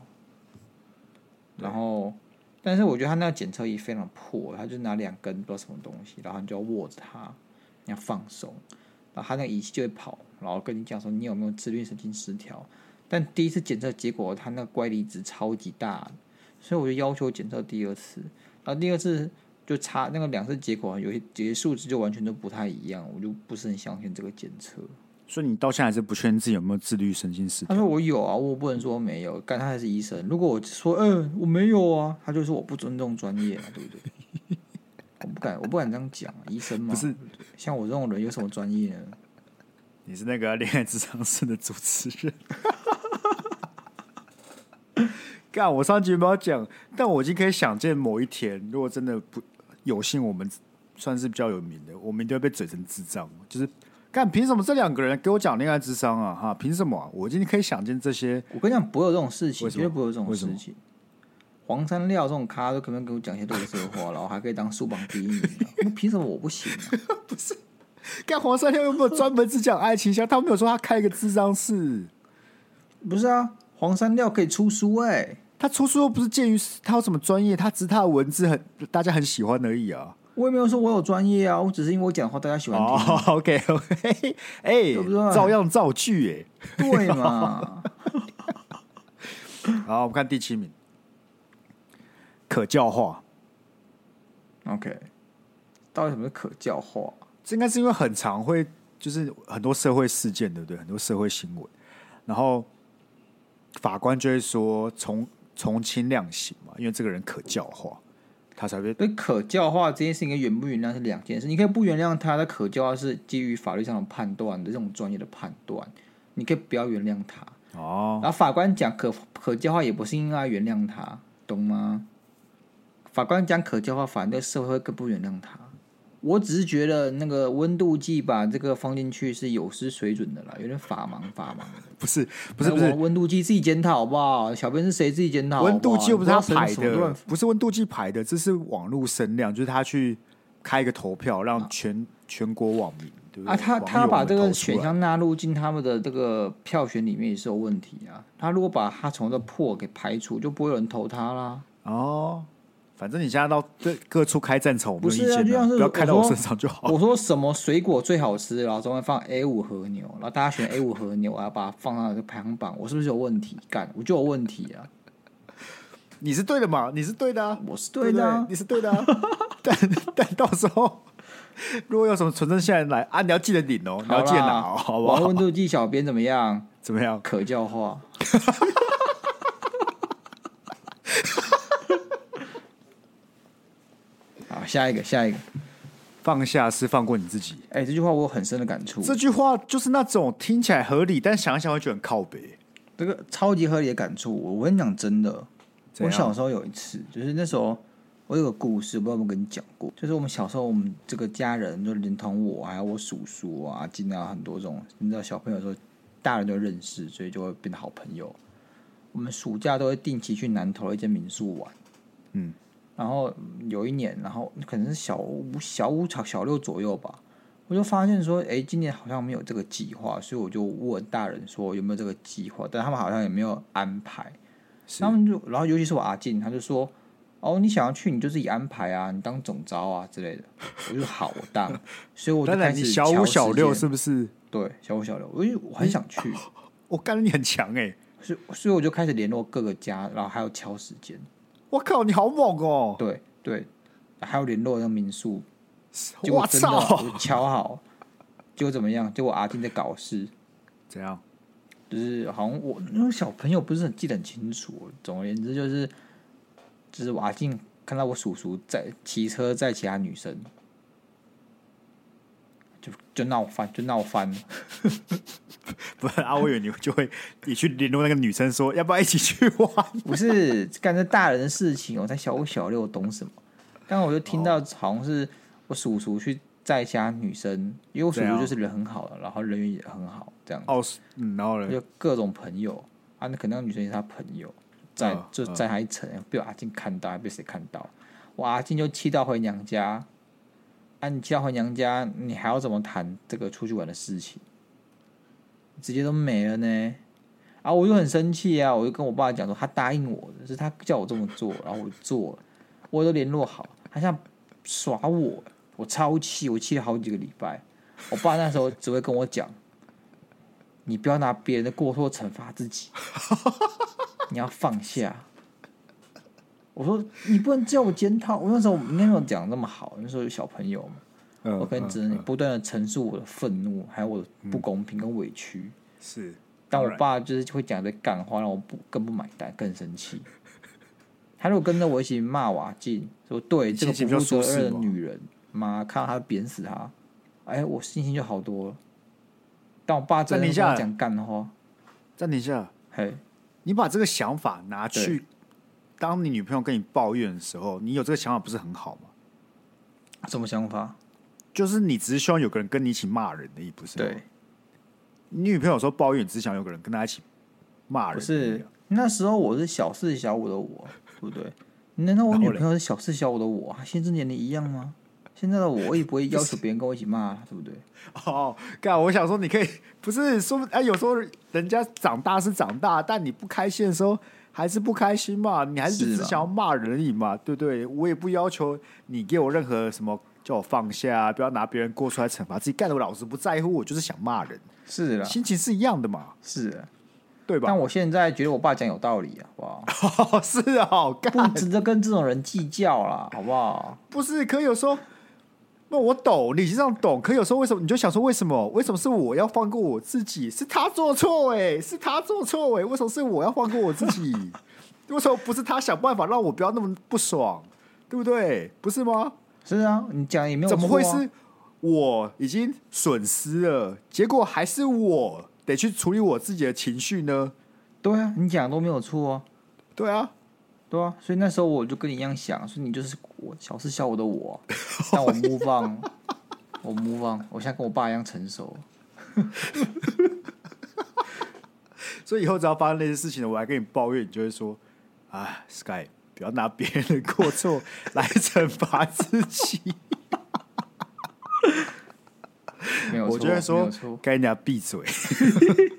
S2: 然后，但是我觉得他那个检测仪非常破，他就拿两根不知道什么东西，然后你就要握着它，你要放松，然后他那个仪器就会跑，然后跟你讲说你有没有自律神经失调。但第一次检测结果，他那个乖离值超级大，所以我就要求检测第二次。然后第二次就差那个两次结果，有些有些数值就完全都不太一样，我就不是很相信这个检测。
S1: 所以你到现在还是不确定自己有没有自律神经失
S2: 他
S1: 调？
S2: 说我有啊，我不能说没有，但他还是医生。如果我说嗯、我没有啊，他就说我不尊重专业嘛，对不对？ 我不敢，我不敢这样讲，啊医生嘛，
S1: 不是，
S2: 像我这种人有什么专业呢？
S1: 你是那个恋爱智商室的主持人。 干，我上集没有讲，但我已经可以想见某一天，如果真的不有幸我们算是比较有名的，我们一定会被嘴成智障。就是干，凭什么这两个人给我讲恋爱智商啊？哈，凭什么啊、我今天可以想见这些
S2: 我跟你讲，不会有这种事情，
S1: 为什
S2: 绝
S1: 么
S2: 对不会有这种
S1: 为什么
S2: 事情。黄山料这种咖都可能给我讲一些乐色话，然后还可以当书榜第一名啊，那凭什么我不行、啊？
S1: 干黄三天有没有专门只讲爱情像他们有说他开一个智商室，
S2: 不是啊，黄山料可以出书哎、
S1: 他出书又不是鉴于他有什么专业，他只是他的文字很大家很喜欢而已啊。
S2: 我也没有说我有专业啊，我只是因为我讲话大家喜欢听，
S1: 哦，OK OK，哎、
S2: 不对
S1: 照样造句
S2: 对嘛？
S1: 哎、好，我们看第七名，可教化。
S2: OK，到底什么是可教化？
S1: 这应该是因为很常会，就是很多社会事件，对不对？很多社会新闻，然后法官就会说从从轻量刑嘛，因为这个人可教化。他才会
S2: 对可教化这件事情跟原不原谅是两件事。你可以不原谅他，但可教化是基于法律上的判断的这种专业的判断，你可以不要原谅他。
S1: 哦，
S2: 然后法官讲可可教化也不是应该原谅他，懂吗？法官讲可教化，反对社会会更不原谅他。我只是觉得那个温度计把这个放进去是有失水准的啦，有点法盲法盲。
S1: 不是不是不
S2: 哎
S1: 是
S2: 我，温度计自己检讨好不好？小编是谁自己检讨好好？
S1: 温度计又不是他
S2: 你知道
S1: 排
S2: 什么
S1: 的
S2: 乱，
S1: 不是温度计排的，这是网络声量，就是他去开一个投票，让全全国网民对不对？
S2: 啊，他
S1: 网
S2: 他
S1: 友
S2: 把
S1: 们
S2: 这个
S1: 投出
S2: 选
S1: 来
S2: 项纳入进他们的这个票选里面也是有问题啊。他如果把他从这破给排除，就不会有人投他啦。
S1: 哦，反正你现在到各各处开战场，我没
S2: 不
S1: 有意
S2: 是啊
S1: 见
S2: 就
S1: 啊
S2: 像是
S1: 不要开到我
S2: 我说
S1: 身上就好。
S2: 我说什么水果最好吃，然后中间放 A 五和牛，然后大家选 A 五和牛，我要把它放到这个排行榜，我是不是有问题？干，我就有问题啊！
S1: 你是对的嘛？你是对的啊，
S2: 我是
S1: 对
S2: 对的、啊
S1: 不对你，是对的 啊。但但到时候如果有什么存证下来啊，你要记得领哦，你要
S2: 好啦
S1: 记得拿哦，好不
S2: 玩
S1: 好
S2: 温？度计小编怎么样？
S1: 怎么样？
S2: 可教化。 好，下一个，下一个。
S1: 放下是放过你自己。
S2: 哎、这句话我有很深的感触，
S1: 这句话就是那种听起来合理，但想一想会觉得很靠北。
S2: 这个超级合理的感触。我我跟你讲真的，
S1: 怎样
S2: 我小时候有一次，就是那时候我有个故事，不知道有没有跟你讲过，就是我们小时候我们这个家人就连同我还有我叔叔啊，进到很多这种，你知道小朋友说大人就认识，所以就会变得好朋友。我们暑假都会定期去南头的一间民宿玩，
S1: 嗯，
S2: 然后嗯有一年，然后可能是小五、小五、小小六左右吧，我就发现说，哎，今年好像没有这个计划，所以我就问大人说有没有这个计划，但他们好像也没有安排。
S1: 是
S2: 他们就，然后尤其是我阿静，他就说，哦，你想要去你就自己安排啊，你当总招啊之类的。我就说好，我 当。所以我就
S1: 当
S2: 开
S1: 然，
S2: 始
S1: 你小
S2: 瞧
S1: 五
S2: 时
S1: 小六
S2: 间
S1: 是不是？
S2: 对小五小六，我就我很想去，
S1: 我干，你很强哎、
S2: 所以所以我就开始联络各个家，然后还有敲时间，
S1: 我靠，你好猛哦、
S2: 对对，还有联络那个民宿，结
S1: 我
S2: 果真的
S1: 操！
S2: 我敲好，结果怎么样？结果阿金在搞事，
S1: 怎样？
S2: 就是好像我那个小朋友不是很记得很清楚。总而言之，就是就是我阿静看到我叔叔在骑车载其他女生，就就闹翻，就闹翻了。
S1: 不然啊，我以为你就会你去联络那个女生说，要不要一起去玩？
S2: 不是干这大人的事情，我才小五小六，懂什么？但我就听
S1: 哦
S2: 到好像是我叔叔去载其他女生，因为我叔
S1: 对啊
S2: 叔就是人很好的，然后人缘也很好，这样子。
S1: 哦，嗯，然后呢？
S2: 就各种朋友啊，那可能那女生也是他朋友，在
S1: 嗯
S2: 就
S1: 嗯
S2: 在他一层，被我阿静看到，还被谁看到？我阿静就气到回娘家，啊，你气到回娘家，你还要怎么谈这个出去玩的事情？直接都没了呢。啊，我就很生气啊！我就跟我爸讲说，他答应我的，是他叫我这么做，然后我就做了，我都联络好，他想耍我，我超气，我气了好几个礼拜。我爸那时候只会跟我讲，你不要拿别人的过错惩罚自己，你要放下。我说你不能叫我检讨，我那时候没有讲那么好，那时候有小朋友嘛，
S1: 嗯
S2: 我可能只能不断的陈述我的愤怒，还有我的不公平跟委屈。
S1: 是
S2: 但我
S1: Alright
S2: 爸就是会讲一堆干话，让我不更不买单，更生气。他如果跟着我一起骂瓦静，说对这个
S1: 心情
S2: 不
S1: 比较
S2: 负
S1: 舒
S2: 责
S1: 适
S2: 任的
S1: 嘛
S2: 女人，妈看到他扁死他，哎，我心情就好多了。但我爸真的
S1: 暂停一
S2: 跟我
S1: 下
S2: 讲干话，
S1: 暂停一下，
S2: 嘿，
S1: 你把这个想法拿去，当你女朋友跟你抱怨的时候，你有这个想法不是很好吗？
S2: 什么想法？
S1: 就是你只是希望有个人跟你一起骂人而已，不是吗？
S2: 对，
S1: 你女朋友说抱怨，只想有个人跟她一起骂人而已啊，
S2: 不是那时候我是小四小五的我，对不对？难道我
S1: 然后
S2: 女
S1: 嘞
S2: 朋友是小四小五的我？她心智年龄一样吗？现在的我也不会要求别人跟我一起骂，对不对？
S1: 哦，干！我想说，你可以不是说不，哎、有时候人家长大是长大，但你不开心的时候还是不开心嘛，你还是
S2: 是
S1: 只
S2: 啦
S1: 想要骂人而已嘛，对不对？我也不要求你给我任何什么，叫我放下，啊不要拿别人过错来惩罚自己。干的我老子不在乎，我就是想骂人，
S2: 是啦，
S1: 心情是一啊样的嘛，
S2: 是啦。
S1: 对吧
S2: 但？我现在觉得我爸讲有道理啊，好不 好？
S1: 哦，是哦，干
S2: 不值得跟这种人计较啦，好不好？
S1: 不是，可有时候，那我懂，理性上懂，可有时候为什么你就想说为什么？为什么是我要放过我自己？是他做错哎、是他做错哎、为什么是我要放过我自己？为什么不是他想办法让我不要那么不爽？对不对？不是吗？
S2: 是啊，你讲也没有、
S1: 怎么会是？我已经损失了，结果还是我得去处理我自己的情绪呢？
S2: 对啊，你讲都没有错啊，
S1: 对啊，
S2: 对啊，所以那时候我就跟你一样想，所以你就是我小事小我的 我，但我 move on，我 move on，我现在跟我爸一样成熟。
S1: 所以以后只要发生类似事情了，我来跟你抱怨，你就会说：“啊，Sky，不要拿别人的过错来惩罚自己。
S2: 没”有错，
S1: 我就会
S2: 没
S1: 说
S2: 有错：“
S1: 该你俩啊闭嘴。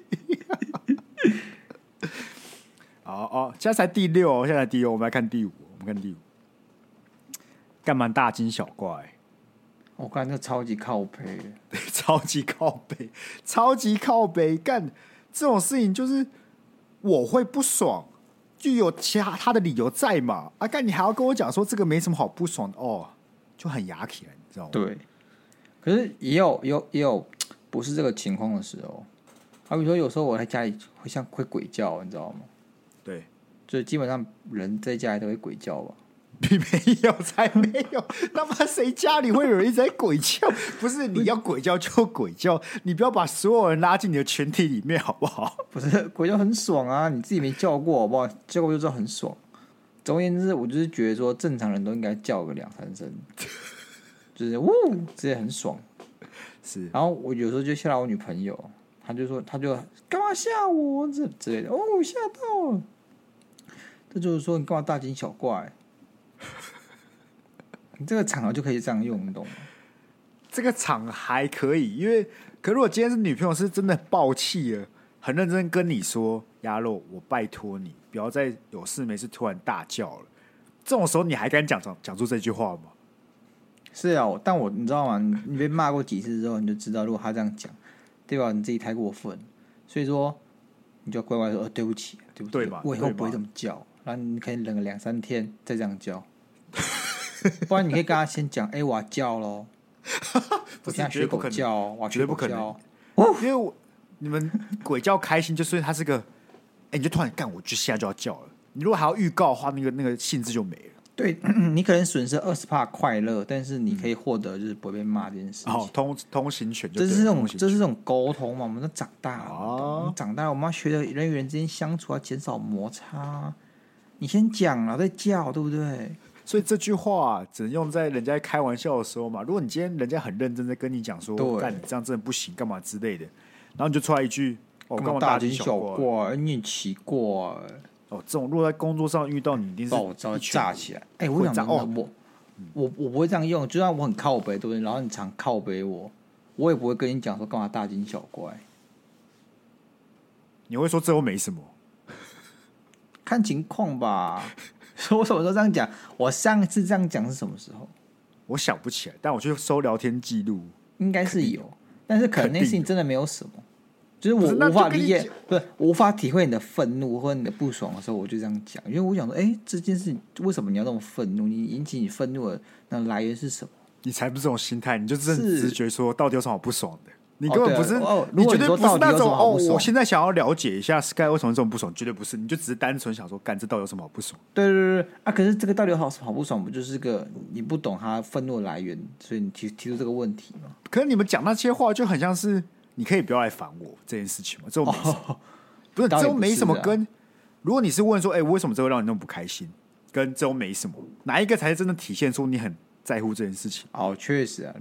S1: 好”哦哦，现在才第六、哦，现在才第六，我们来看第五，我们看第五，干嘛大惊小怪、
S2: 我刚才超级靠背的，
S1: 超级靠北，超级靠北，干这种事情就是我会不爽，就有其他他的理由在嘛？啊，干你还要跟我讲说这个没什么好不爽的哦，就很牙起来，你知道吗？
S2: 对。可是也有也有也有不是这个情况的时候，好比说有时候我在家里会像会鬼叫，你知道吗？
S1: 对，
S2: 就是基本上人在家里都会鬼叫吧。
S1: 你没有才没有，他妈谁家里会有人一直在鬼叫？不是你要鬼叫就鬼叫，你不要把所有人拉进你的群体里面好不好？
S2: 不是鬼叫很爽啊，你自己没叫过好不好？叫过就知道很爽。总而言之，我就是觉得说，正常人都应该叫个两三声， 就是呜，直接很爽。
S1: 是
S2: 然后我有时候就吓到我女朋友，她就说，她就干嘛吓我这之类的，哦，吓到了。这就是说你干嘛大惊小怪？ 你这个场合就可以这样用，你懂吗？
S1: 这个场还可以，因为可如果今天是女朋友是真的爆气了，很认真跟你说：“鸭肉，我拜托你，不要再有事没事突然大叫了。”这种时候你还敢讲讲讲出这句话吗？
S2: 是啊，我但我你知道吗？你你被骂过几次之后，你就知道，如果他这样讲，对吧？你自己太过分，所以说你就要乖乖说、呃对不起，对不起，
S1: 对嘛
S2: 我以后
S1: 对嘛
S2: 不会这么叫。然后你可以忍个两三天再这样叫，不然你可以跟他先讲，哎、我要 叫喽，
S1: 不
S2: 我
S1: 是
S2: 现在
S1: 绝对
S2: 学
S1: 不
S2: 狗
S1: 可能，
S2: 叫哦，我要
S1: 绝对
S2: 学
S1: 不
S2: 狗
S1: 可
S2: 叫
S1: 能
S2: 哦。
S1: 因为我你们鬼叫开心，就是它是个，哎、你就突然干，我就现在就要叫了。你如果还要预告的话，那个那个性质就没了。
S2: 对 你可能损失二十帕快乐，但是你可以获得就是不会被骂这件事情。
S1: 嗯哦，通通行权就
S2: 这
S1: 对
S2: 是
S1: 了
S2: 这
S1: 通
S2: 种
S1: 行
S2: 这
S1: 权
S2: 是这种沟通嘛？我们都长大了，
S1: 哦
S2: 你懂吗我们长大了，我们要学着人与人之间相处，要减少摩擦。你先讲了再叫，对不对？
S1: 所以这句话只能用在人家开玩笑的时候嘛。如果你今天人家很认真在跟你讲说
S2: 对，
S1: 干你这样真的不行，干嘛之类的，然后你就出来一句，哦，干嘛
S2: 大
S1: 惊
S2: 小
S1: 怪？
S2: 怪，哎你很奇怪，
S1: 哦，这种如果在工作上遇到你，一定是
S2: 暴躁
S1: 一拳
S2: 炸起来。哎，我
S1: 会
S2: 想
S1: 炸
S2: 真的，
S1: 哦
S2: 我我我不会这样用，就算我很靠北，对不对？然后你常靠北我，我也不会跟你讲说干嘛大惊小怪，
S1: 你会说这又没什么，
S2: 看情况吧。 所以我什么时候这样讲？我上次这样讲是什么时候？
S1: 我想不起来，但我去搜聊天记录，
S2: 应该是有，但是可能那事情真的没有什么，就是
S1: 不是那
S2: 我无
S1: 就
S2: 法
S1: 跟
S2: 理
S1: 你
S2: 解
S1: 讲，
S2: 不是我无法体会你的愤怒或你的不爽的时候，我就这样讲，因为我想说，哎、这件事情为什么你要那么愤怒？你引起你愤怒的那来源是什么？
S1: 你才不是这种心态，你就是
S2: 是
S1: 直觉说到底有什么好不爽的。你根本
S2: 对啊
S1: 不是，
S2: 哦如
S1: 你
S2: 果
S1: 绝
S2: 你
S1: 对
S2: 说
S1: 不是
S2: 到底
S1: 那
S2: 有什
S1: 种
S2: 么好
S1: 哦
S2: 不，爽
S1: 我现在想要了解一下 Sky 为什么这么不爽，绝对不是，你就只是单纯想说，干这到底有什么好不爽？
S2: 对对对对啊！可是这个到底有好好不爽？不就是个你不懂他愤怒的来源，所以你提提出这个问题嘛？
S1: 可是你们讲那些话就很像是你可以不要来烦我这件事情嘛，这又没什么，不是
S2: 当
S1: 这
S2: 然
S1: 又没什么
S2: 哦不是啊
S1: 跟。如果你是问说，哎、为什么这会让你那么不开心，跟这又没什么，哪一个才是真的体现出你很在乎这件事情，
S2: 哦，确实啊。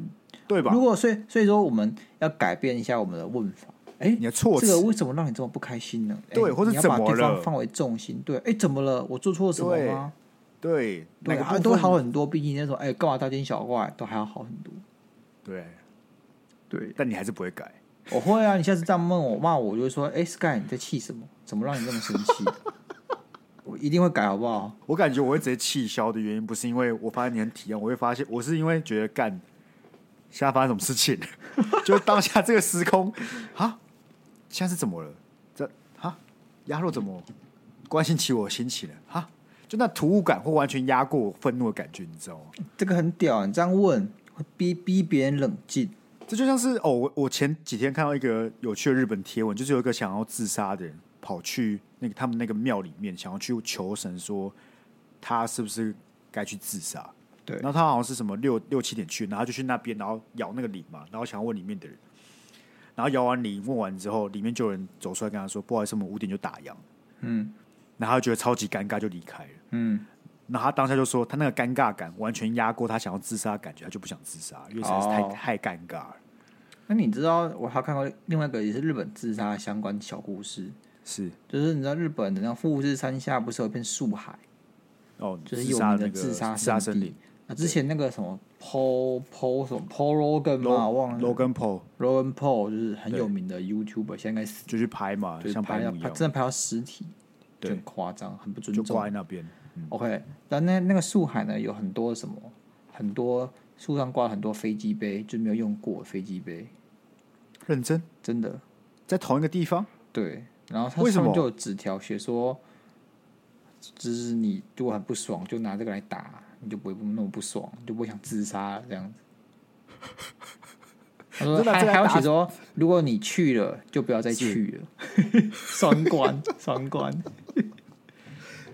S1: 对吧
S2: 如？果所以所以说我们要改变一下我们的问法，哎、
S1: 你的措
S2: 这个
S1: 辞，
S2: 为什么让你这么不开心呢？哎
S1: 对或者
S2: 你要
S1: 怎
S2: 把
S1: 么
S2: 对方
S1: 了
S2: 放为重心，对，哎、怎么了？我做错了什么吗？
S1: 对，哪
S2: 对，
S1: 个
S2: 啊，
S1: 部
S2: 都会
S1: 分
S2: 好很多。比起那种哎，干嘛大惊小怪，都还要好很多。
S1: 对，
S2: 对，
S1: 但你还是不会改。
S2: 我会啊。你下次这样问我骂我，我就会说，哎、s k y 你在气什么？怎么让你这么生 气？我一定会改，好不好？
S1: 我感觉我会直接气消的原因，不是因为我发现你很体谅，我会发现我是因为觉得干，现在发生什么事情，就当下这个时空啊，现在是怎么了？这啊，鸭肉怎么关心起我心情了？啊，就那突兀感会完全压过我愤怒的感觉，你知道吗？
S2: 这个很屌，你这样问会逼逼别人冷静。
S1: 这就像是哦，我我前几天看到一个有趣的日本贴文，就是有一个想要自杀的人跑去那个他们那个庙里面，想要去求神说他是不是该去自杀。
S2: 对
S1: 然后他好像是什么六六七点去，然后就去那边，然后摇那个铃嘛，然后想要问里面的人，然后摇完铃问完之后，里面就有人走出来跟他说：“不好意思，我们五点就打烊。”
S2: 嗯
S1: 然后他就觉得超级尴尬，就离开了。
S2: 嗯，
S1: 然后他当下就说，他那个尴尬感完全压过他想要自杀的感觉，他就不想自杀，因为实在是太、
S2: 哦
S1: 太尴尬了。
S2: 那你知道我还看过另外一个也是日本自杀相关小故事，
S1: 是
S2: 就是你知道日本的那富士山下不是有一片树海，
S1: 哦，
S2: 就是
S1: 自
S2: 有
S1: 杀
S2: 名
S1: 那
S2: 的
S1: 个
S2: 自杀
S1: 自杀
S2: 圣
S1: 森
S2: 地
S1: 林
S2: 啊，之前那个什么 Paul Paul 什么 Paul Rogan 嘛，我啊忘了
S1: Logan Paul
S2: Rogan Paul 就是很有名的 YouTuber，现在应该死，
S1: 就去拍嘛，
S2: 就是
S1: 像
S2: 拍
S1: 白
S2: 到
S1: 目一
S2: 拍
S1: 样，
S2: 真的拍到尸体，就
S1: 对
S2: 很夸张，很不尊
S1: 就
S2: 重
S1: 挂。在那边。嗯，
S2: OK，但那那个树海呢，有很多什么，很多树上挂了很多飞机杯，就没有用过的飞机杯，
S1: 认真
S2: 真的
S1: 在同一个地方，
S2: 对。然后它
S1: 为什
S2: 上面
S1: 么
S2: 就有纸条写说，就是你如果很不爽，就拿这个来打，你就不会那么不爽，就不会想自杀了这样子。他说
S1: 真的
S2: 还
S1: 这个
S2: 还要
S1: 打
S2: 写说，如果你去了，就不要再去了。 双关，双关，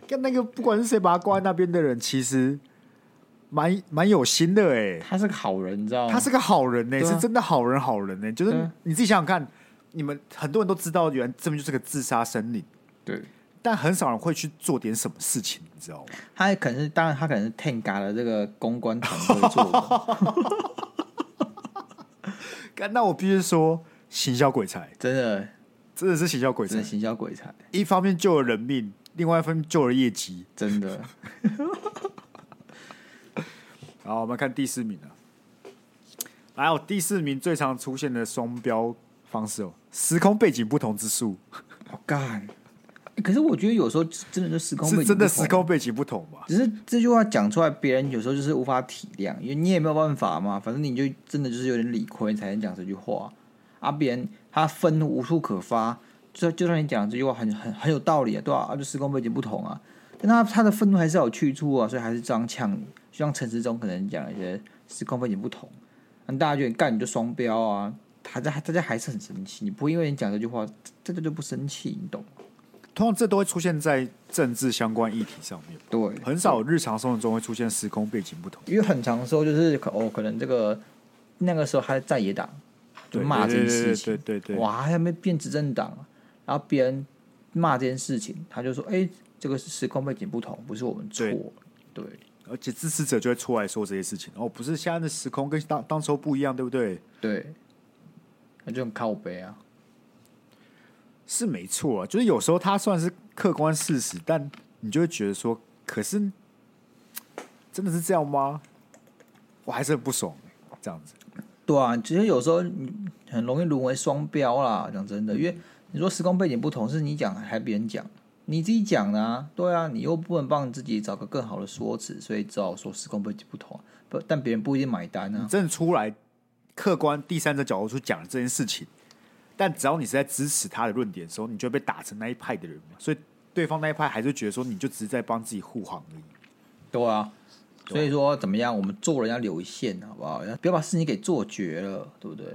S1: 跟那个不管是谁把他挂在那边的人，其实蛮蛮有心的哎、
S2: 他是个好人，你知道吗？
S1: 他是个好人呢、
S2: 哦对啊
S1: 是真的好人，好人呢、欸就
S2: 对
S1: 是
S2: 啊
S1: 你自己想想看，你们很多人都知道，原来这边就是个自杀森林，
S2: 对，
S1: 但很少人会去做点什么事情，你知道吗？
S2: 他可能是，当然他可能是 Tenga 的这个公关团队做的，
S1: 干那我必须说，行销鬼才
S2: 真 的，
S1: 真的是行销鬼
S2: 真
S1: 才
S2: 的，行销鬼才，
S1: 一方面救了人命，另外一方面救了业绩。
S2: 真 的。
S1: 好，我们看第四名啊，还有第四名最常出现的双标方式哦，时空背景不同之术，
S2: 我干、欸可是我觉得有时候真的就时空背景
S1: 是真的
S2: 不同
S1: 时，空背景不同吧？
S2: 只是这句话讲出来，别人有时候就是无法体谅，因为你也没有办法嘛，反正你就真的就是有点理亏才能讲这句话啊。别人他分无处可发，就就算你讲这句话很很很有道理啊，对啊，啊就时空背景不同啊，但他他的愤怒还是要有去处啊，所以还是这样呛你。就像陈时中可能讲一些时空背景不同，那大家觉得干你就双标啊，他家大家还是很生气，你不会因为你讲这句话，这这就不生气，你懂吗？
S1: 通常这都会出现在政治相关议题上面，
S2: 对，
S1: 很少有日常生活中会出现时空背景不同。
S2: 因为很长时候就是可哦，可能这个那个时候他在在野党，就
S1: 对
S2: 骂这件事情，
S1: 对对对对对
S2: 哇，还没变执政党，然后别人骂这件事情，他就说，哎、这个是时空背景不同，不是我们错，
S1: 对
S2: 对，
S1: 而且支持者就会出来说这些事情，哦，不是现在的时空跟当当时候不一样，对不对？
S2: 对，那就很靠背啊，
S1: 是没错啊，就是有时候它算是客观事实，但你就会觉得说，可是嘖真的是这样吗？我还是很不爽、欸这样子。
S2: 对啊，其实有时候你很容易沦为双标啦，讲真的，因为你说时空背景不同，是你讲还别人讲，你自己讲的啊，对啊，你又不能帮你自己找个更好的说辞，所以只好说时空背景不同，啊不，但别人不一定买单啊
S1: 你。真的出来客观第三者角度去讲这件事情，但只要你是在支持他的论点的时候，你就会被打成那一派的人嘛，所以对方那一派还是觉得说，你就只是在帮自己护航而已。
S2: 对啊，所以说怎么样，我们做人要留一线，好不好？不要把事情给做绝了，对不对？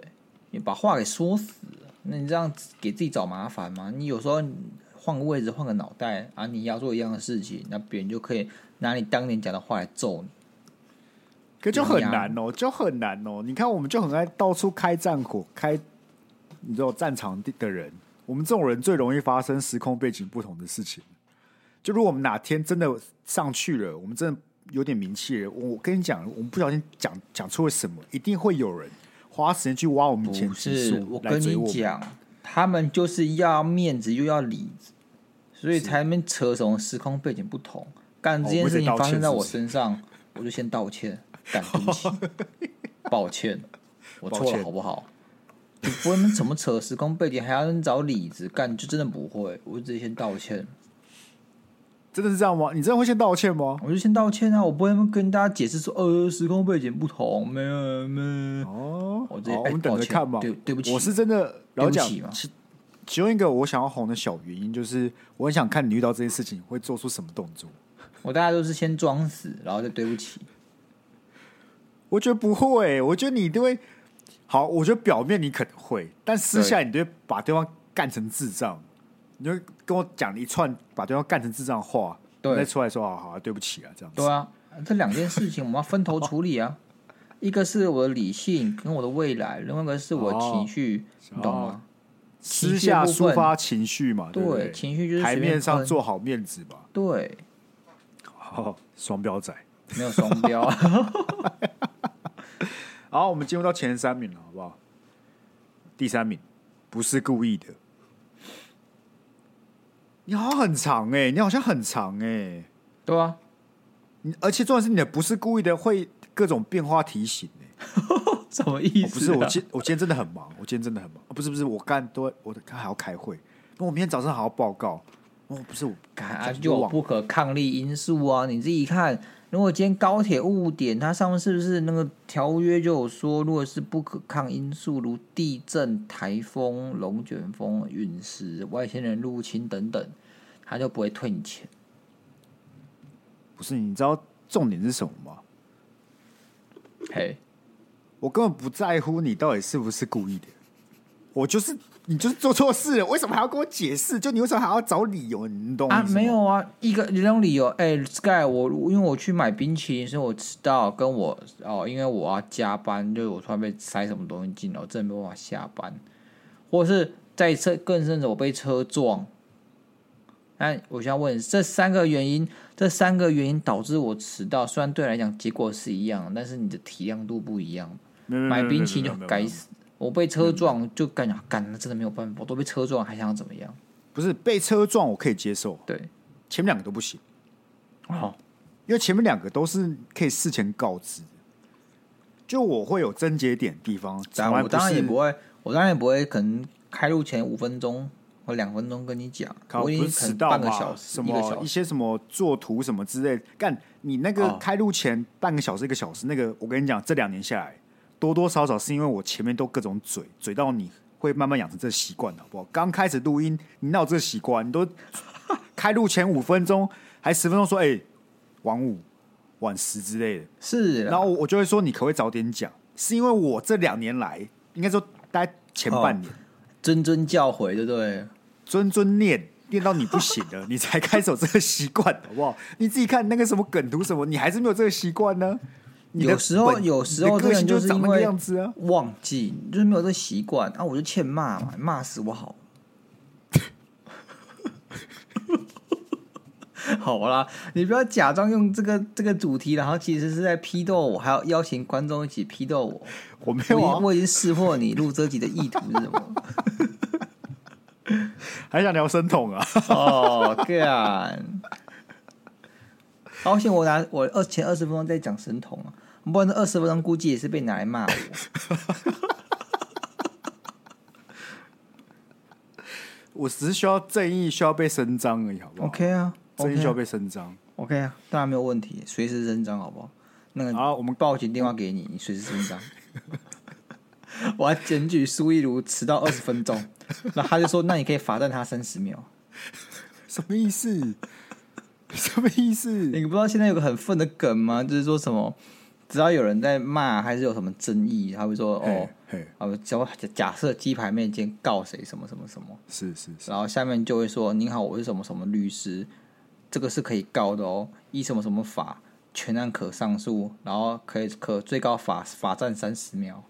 S2: 你把话给说死了，那你这样给自己找麻烦嘛？你有时候你换个位置，换个脑袋啊，你要做一样的事情，那别人就可以拿你当年讲的话来揍你。
S1: 可就很难哦，就很难哦。你看，我们就很爱到处开战火，开你知道战场地的人，我们这种人最容易发生时空背景不同的事情。就如果我们哪天真的上去了，我们真的有点名气了，我跟你讲，我们不小心讲讲错了什么，一定会有人花时间去挖我们前
S2: 不
S1: 几
S2: 是，
S1: 数
S2: 我
S1: 来
S2: 跟
S1: 追
S2: 你
S1: 我们。
S2: 讲，他们就是要面子又要里子，所以才能扯什么时空背景不同。干
S1: 哦
S2: 这件
S1: 我得
S2: 事情
S1: 道
S2: 发
S1: 歉
S2: 生在
S1: 是不
S2: 我
S1: 是
S2: 身上，我就先道歉， 干对不起，抱歉，我
S1: 抱
S2: 错了
S1: 歉
S2: 好不好？你不会那么怎么扯时空背景，还要那么找理子干，就真的不会。我就直接先道歉，
S1: 真的是这样吗？你真的会先道歉吗？
S2: 我就先道歉啊！我不会跟大家解释说，呃，时空背景不同，没有没有。
S1: 哦，
S2: 我直接
S1: 好
S2: 哎
S1: 我们等
S2: 抱
S1: 着
S2: 歉
S1: 看吧。
S2: 对对不起
S1: 我是真的
S2: 对
S1: 老
S2: 不
S1: 讲
S2: 起嘛，
S1: 其其中一个我想要红的小原因，就是我很想看你遇到这件事情会做出什么动作。
S2: 我大家都是先装死，然后再对不起。
S1: 我觉得不会、我觉得你一定会。好，我觉得表面你可能会，但私下你就会把对方干成智障，你就会跟我讲一串把对方干成智障的话，
S2: 对
S1: 你再出来说好好，对不起啊，这样子。
S2: 对啊，这两件事情我们要分头处理 啊。一个是我的理性跟我的未来，另外一个是我的情绪，你懂吗？
S1: 私下抒发情绪嘛，对不
S2: 对，情绪就是
S1: 台
S2: 随便
S1: 面上
S2: 喷
S1: 做好面子吧。
S2: 对，
S1: 哦， 双标仔。
S2: 没有双 标。
S1: 好，我们进入到前三名了，好不好？第三名不是故意的。你好像很长哎、你好像很长哎、
S2: 对啊，
S1: 你而且重点是你的不是故意的，会各种变化提醒哎、
S2: 什么意啊
S1: 哦不是我今我今天真的很忙，我今天真的很忙，哦不是不是，我干都我刚还要开会，那我明天早上还要报告。哦，不是我
S2: 改
S1: 干
S2: 啊，
S1: 早上
S2: 就有
S1: 忘了
S2: 不可抗力因素啊！你自己看，如果今天高铁误点，它上面是不是那个条约就有说，如果是不可抗因素，如地震、台风、龙卷风、陨石、外星人入侵等等，它就不会退你钱。
S1: 不是，你知道重点是什么吗？
S2: 嘿，
S1: 我根本不在乎你到底是不是故意的，我就是你就是做错事了，为什么还要跟我解释？就你为什么还要找理由？你懂我
S2: 啊
S1: 意，思吗
S2: 没有啊，一个两种理由。哎、s k y 我因为我去买冰淇淋，所以我迟到，跟我哦，因为我要加班，就是我突然被塞什么东西进来，我真的没办法下班，或是在车更甚者我被车撞。那我想问，这三个原因，这三个原因导致我迟到，虽然对你来讲结果是一样，但是你的体谅度不一样。
S1: 没嗯有，没有
S2: 买冰淇淋就该。
S1: 没有没有没有没有没有嗯
S2: 死，我被车撞就感觉啊干，那真的没有办法，我都被车撞，还想要怎么样？
S1: 不是被车撞，我可以接受，
S2: 对，
S1: 前面两个都不行，
S2: 好、
S1: 因为前面两个都是可以事前告知的。就我会有症结点的地方，
S2: 当
S1: 从
S2: 然，
S1: 来
S2: 我当然
S1: 是
S2: 也不会，我当然也不会，可能开路前五分钟或两分钟跟你讲，
S1: 靠，
S2: 我已
S1: 不
S2: 经
S1: 是
S2: 可
S1: 迟
S2: 能
S1: 到
S2: 半
S1: 嘛
S2: 个小时、
S1: 什
S2: 一
S1: 么
S2: 个小
S1: 一
S2: 时，
S1: 些什么作图什么之类的，干你那个
S2: 哦
S1: 开路前半个小时一个小时，那个我跟你讲，这两年下来多多少少是因为我前面都各种嘴嘴到你会慢慢养成这习惯，好不好？刚开始录音，你哪有这习惯？你都开路前五分钟还十分钟说，哎、晚五晚十之类的，
S2: 是
S1: 然
S2: 啦，
S1: 后我就会说你可不可以早点讲？是因为我这两年来，应该说大概前半年。
S2: 谆谆教诲，对不对？
S1: 谆谆念念到你不行了， 你才开始有这个习惯，好不好？你自己看那个什么梗图什么，你还是没有这个习惯呢。你的
S2: 有时候，
S1: 本
S2: 有时候
S1: 你的个
S2: 真
S1: 性
S2: 的就是因
S1: 长那个
S2: 为
S1: 样子啊。
S2: 忘记，就是没有这个习惯啊，我就欠骂嘛，骂死我好。 好啦，你不要假装用这个这个主题，然后其实是在批斗我，还要邀请观众一起批 斗我。
S1: 我没
S2: 我
S1: 有
S2: 已经
S1: 啊，
S2: 我已经识破你录这集的意图是什么。
S1: 还想聊生酮啊？
S2: 哦，干！好险我拿我二前二十分钟在讲神童啊，不然这二十分钟估计也是被拿来骂我。
S1: 啊我只是需要正义，需要被伸张而已，好不好
S2: OK 啊
S1: 正义需
S2: ，OK
S1: 要
S2: 啊
S1: 被伸张。
S2: ，OK 啊，当然没有问题，随时伸张好不好？那个
S1: 好我们
S2: 报警电话给你，你随时伸张。我要检举苏一如迟到二十分钟，然后他就说：“那你可以罚站他三十秒。”
S1: 什么意思？ 什么意思？
S2: 你不知道现在有个很愤的梗吗？就是说什么，只要有人在骂，还是有什么争议，他会说哦
S1: 嘿嘿，
S2: 啊，假假假设鸡排妹今天告谁什么什么什么，
S1: 是是是，
S2: 然后下面就会说您好，我是什么什么律师，这个是可以告的哦，依什么什么法，全案可上诉，然后可以可最高罚罚站三十秒，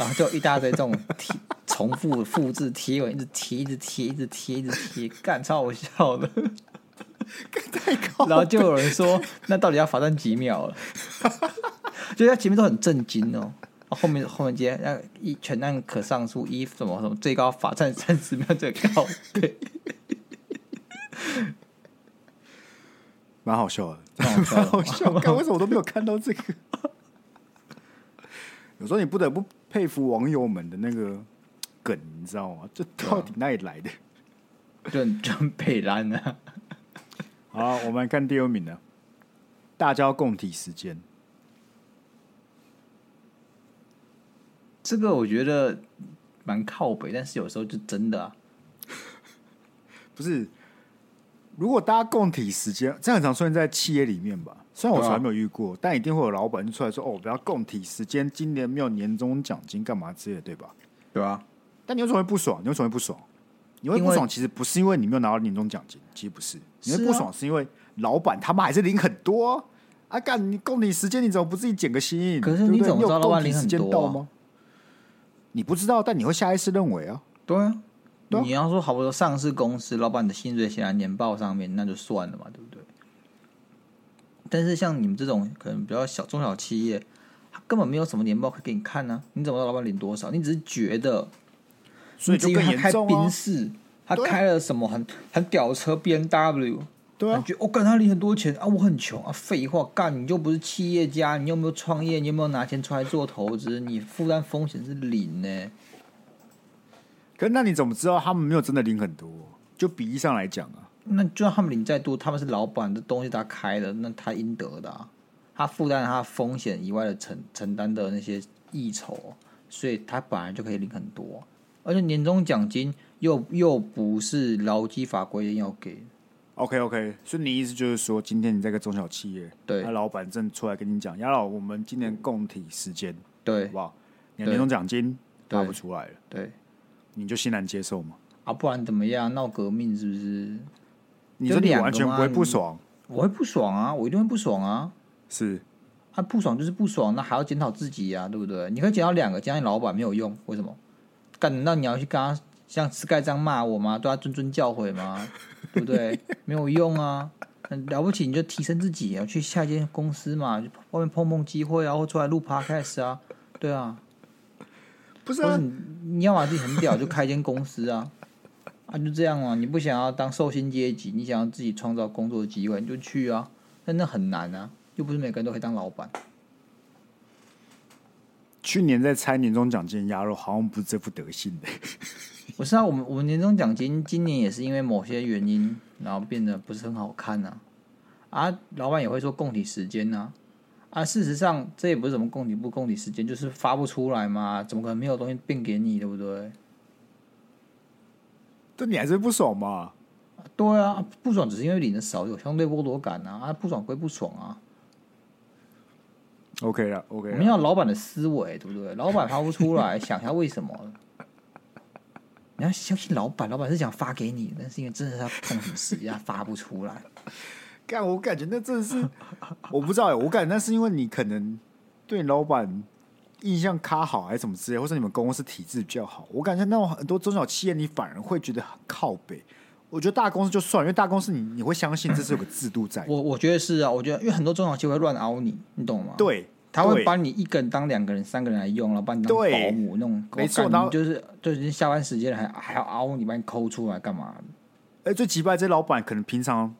S2: 然后就一大堆这种贴重复的复制贴文，一直贴，一直贴，一直贴，一直贴，干超好笑 的。
S1: 太高
S2: 然后就有人说，那到底要罚站几秒了？就他前面都很震惊哦，啊后面后面接那一全案可上诉，一什么什么最高罚站三十秒最高，对，
S1: 蛮好笑的。
S2: 蛮好笑的
S1: 好笑， 干为什么我都没有看到这个？ 有时候你不得不佩服网友们的那个梗，你知道吗？这到底哪里来的？
S2: 就很就很北蓝啊，
S1: 好，我们来看第二名呢，大家要共体时间。
S2: 这个我觉得蛮靠北，但是有时候就真的啊，
S1: 不是，如果大家共体时间，这很常出现在企业里面吧？虽然我
S2: 对啊
S1: 从来没有遇过，但一定会有老板就出来说：“哦，不要共体时间，今年没有年终奖金，干嘛之类的，对吧
S2: 对吧、啊？？”
S1: 但你为什么会不爽？你为什么会不爽？你会
S2: 因
S1: 不
S2: 为
S1: 爽，其实不是因为你没有拿到年终奖金，其实不是，你会
S2: 是啊
S1: 不爽是因为老板他妈还是领很多啊，啊啊，干你供你时间，你怎么不自己剪个新？
S2: 可是
S1: 对不
S2: 你
S1: 对
S2: 怎么知道
S1: 有
S2: 老
S1: 供
S2: 板
S1: 体
S2: 领很
S1: 时间
S2: 多啊
S1: 到吗？你不知道，但你会下意识认为啊。
S2: 对啊，
S1: 对啊
S2: 你要说好比说上市公司老板的薪水写在年报上面，那就算了嘛，对不对？但是像你们这种可能比较小中小企业，他根本没有什么年报可以给你看呢、你怎么知道老板领多少？你只是觉得，
S1: 所以就
S2: 只因为
S1: 更
S2: 他
S1: 严
S2: 开
S1: 重
S2: 宾
S1: 啊！
S2: 士，他
S1: 对啊
S2: 开了什么很很屌的车 B N W，
S1: 对啊
S2: 感，觉我哦干、他领很多钱啊，我很穷啊，废话，干你又不是企业家，你又没有创业，你有没有拿钱出来做投资？你负担风险是零呢、
S1: 可是那你怎么知道他们没有真的领很多？就比例上来讲啊，
S2: 那就算他们领再多，他们是老板，这东西他开的，那他应得的、啊，他负担了他风险以外的承承担的那些溢酬，所以他本来就可以领很多，而且年终奖金又又不是劳基法规定要给，
S1: OK OK，所以你意思就是说，今天你在一个中小企业，
S2: 对
S1: 那老板正出来跟你讲，杨老，我们今年供体时间好
S2: 对
S1: 不好？你的年终奖金
S2: 对
S1: 发不出来了，
S2: 对，
S1: 你就欣然接受嘛？
S2: 啊，不然怎么样闹革命是不是？
S1: 你说你
S2: 两个
S1: 完全不
S2: 嘛
S1: 会不
S2: 你
S1: 爽，
S2: 我会不爽啊，我一定会不爽啊，
S1: 是
S2: 啊不爽就是不爽，那还要检讨自己啊，对不对？你可以检讨两个，检讨你老板没有用，为什么？干难道你要去跟他像 Sky 这样骂我吗？对他谆谆教诲吗？对不对？没有用啊！很了不起你就提升自己啊，去下一间公司嘛，去外面碰碰机会啊，或出来录 podcast 啊，对啊，
S1: 不是
S2: 或者
S1: 啊？
S2: 你你要么自己很屌就开一间公司啊，啊就这样啊，你不想要当受薪阶级，你想要自己创造工作机会，你就去啊，但那很难啊，又不是每个人都可以当老板。
S1: 去年在猜年终奖金的鸭肉，好像不是这副德性 的。
S2: 不是啊，我们我们年终奖金今年也是因为某些原因，然后变得不是很好看呐、啊。啊，老板也会说供体时间呐、啊。事实上这也不是什么供体不供体时间，就是发不出来嘛，怎么可能没有东西变给你，对不对？
S1: 但你还是不爽嘛？
S2: 对啊，不爽只是因为领的少，有相对剥夺感呐、啊。不爽归不爽啊，
S1: OK 了，OK
S2: 我们
S1: 了，
S2: 要有老板的思维，对不对？老板发不出来，想一下为 什么。你要相信老板，老板是想发给你，但是因为真的是他碰什么时机，他发不出来。
S1: 干我感觉那真的是，我不知道、欸，我感觉那是因为你可能对你老板印象咖好，还是什么之类，或者你们公司体制比较好。我感觉那种很多中小企业，你反而会觉得很靠北。我觉得大公司就算了，因为大公司你你会相信这是有个制度在的，
S2: 我我觉得是啊，我觉得因为很多中小企业会乱凹你，你懂吗？，
S1: 对，
S2: 他会
S1: 对
S2: 把你一个人当两个人、三个人来用，然后把你当
S1: 对
S2: 保姆那种，
S1: 没错
S2: 我
S1: 然
S2: 感
S1: 后
S2: 觉就是就是下班时间了还还要凹你，把你抠出来干嘛？
S1: 哎，最奇怪，这老板可能平常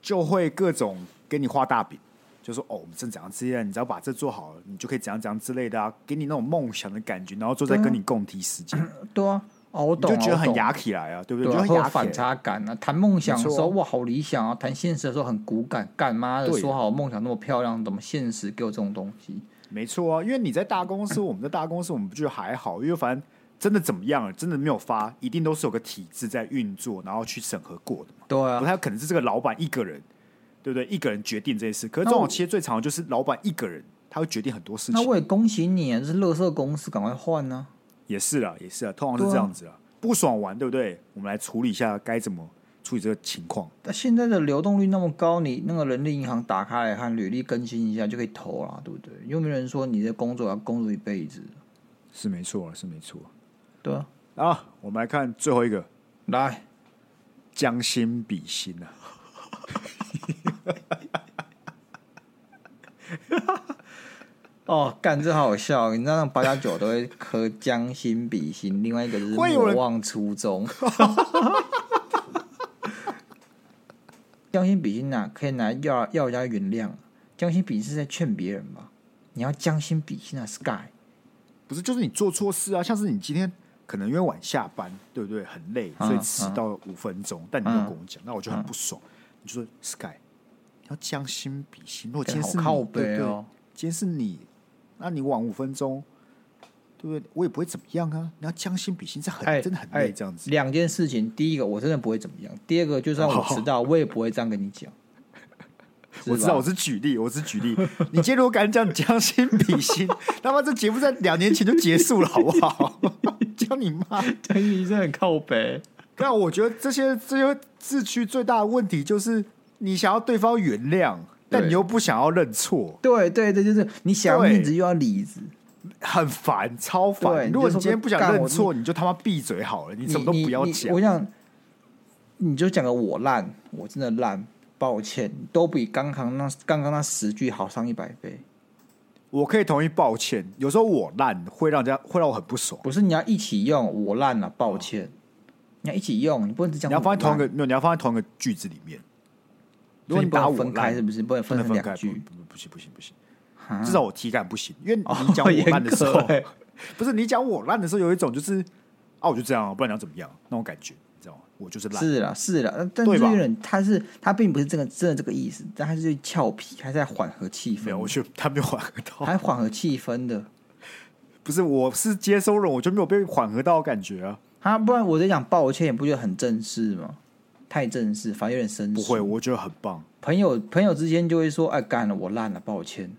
S1: 就会各种给你画大饼，就说哦，我们正怎样之类的，你只要把这做好了，你就可以怎样怎样之类的啊，给你那种梦想的感觉，然后就再
S2: 对啊
S1: 跟你共提时间，
S2: 对啊，哦，我
S1: 你
S2: 懂啊，
S1: 就觉得
S2: 我
S1: 很
S2: 懂
S1: 牙起来啊，对不对？
S2: 对
S1: 你
S2: 啊，
S1: 就
S2: 会
S1: 很
S2: 有
S1: 牙起
S2: 反
S1: 来。
S2: 差感啊。谈梦想的时候，
S1: 没错
S2: 哇，好理想啊；谈现实的时候，很骨感。干妈的，
S1: 对
S2: 说好梦想那么漂亮，怎么现实给我这种东西？
S1: 没错啊，因为你在大公司，我们在大公司，我们不觉得还好，因为反正真的怎么样了，真的没有发，一定都是有个体制在运作，然后去审核过的嘛，
S2: 对
S1: 不
S2: 啊，
S1: 太可能是这个老板一个人，对不对？一个人决定这些事。可是
S2: 那
S1: 中小
S2: 我
S1: 企业最常就是老板一个人，他会决定很多事情
S2: 那。我也恭喜你啊，这是乐色公司，赶快换啊呢、
S1: 也是啦，也是啦，啊通
S2: 啊
S1: 常是这样子啦。不爽完，对不对？我们来处理一下该怎么处理这个情况。
S2: 那现在的流动率那么高，你那个人力银行打开来看，履历更新一下就可以投了，啊对不对？又没有人说你的工作要工作一辈子，
S1: 是没错啊，是没错
S2: 对啊。
S1: 啊。啊我们来看最后一个，
S2: 来，
S1: 将心比心啊。
S2: 哦，干这好笑，你知道那种八加九都会喝将心比心，另外一个就是
S1: 会有
S2: 莫
S1: 人
S2: 忘初衷。将心比心呐、可以拿来要要人家原谅，将心比心是在劝别人吧？你要将心比心啊，Sky。
S1: 不是，就是你做错事啊，像是你今天可能因为晚下班，对不对？很累，
S2: 嗯
S1: 所以迟到五分钟，但你没有跟我讲，那我就很不爽。
S2: 嗯
S1: 你就说 Sky，你要将心比心。如果今天是你，
S2: 好靠
S1: 对
S2: 背
S1: 不对？
S2: 哦
S1: 今天是你，那你晚五分钟，对不对？我也不会怎么样啊。你要将心比心，这很、
S2: 哎，
S1: 真的很
S2: 哎
S1: 累，这样子。
S2: 两件事情，第一个我真的不会怎么样，第二个就算我迟到，我也不会这样跟你讲。是
S1: 我知道，
S2: 吧
S1: 我是举例，我是举例。 你今天如果敢讲将心比心， 他妈这节目在两年前就结束了，好不好？ 叫你妈！
S2: 江医生很靠北。
S1: 但我觉得这些这些自区最大的问题就是，你想要对方原谅，但你又不想要认错，
S2: 对对对，就是你想要
S1: 对
S2: 面子又要里子，
S1: 很烦，超
S2: 对
S1: 烦。如果
S2: 你就
S1: 你
S2: 说
S1: 今天不想
S2: 干我
S1: 认错，你就他妈闭嘴好了，你什么都
S2: 你
S1: 不要
S2: 你
S1: 讲
S2: 我。想，你就讲个我烂，我真的烂，抱歉，都比刚刚那刚刚那十句好上一百倍。
S1: 我可以同意抱歉，有时候我烂会让人家会让我很不爽。
S2: 不是你要一起用，我烂了，抱歉。你要一起用，你不能只讲
S1: 你要放在同一
S2: 个，
S1: 个没有，你要放在同一个句子里面。如果
S2: 所以你
S1: 你
S2: 不
S1: 打
S2: 能
S1: 我
S2: 分开，
S1: 烂
S2: 是不是？不能
S1: 不
S2: 分
S1: 能
S2: 成
S1: 分
S2: 两
S1: 开，不
S2: 句。
S1: 不不行不行不行，
S2: 啊
S1: 至少我体感不行，因为你讲
S2: 好
S1: 我
S2: 严
S1: 烂的时候
S2: 格，欸
S1: 不是你讲我烂的时候，有一种就是啊，我就这样啊，不然你要怎么样那种感觉，你知道吗？我就是烂，
S2: 是啦，是啦，但但
S1: 对
S2: 这
S1: 吧
S2: 个人他是他并不是这个真的这个意思，但他就是俏皮，他在缓和气
S1: 没有，我
S2: 氛，
S1: 就他没有缓和到，
S2: 还缓和气氛的。
S1: 不是我是接收人，我就没有被缓和到的感觉啊。
S2: 他不然我在讲抱歉，也不觉得很正式吗？太正式，反而有点生疏。
S1: 不会，我觉得很棒，
S2: 朋友朋友之间就会说：“哎，干了，我烂了，抱歉。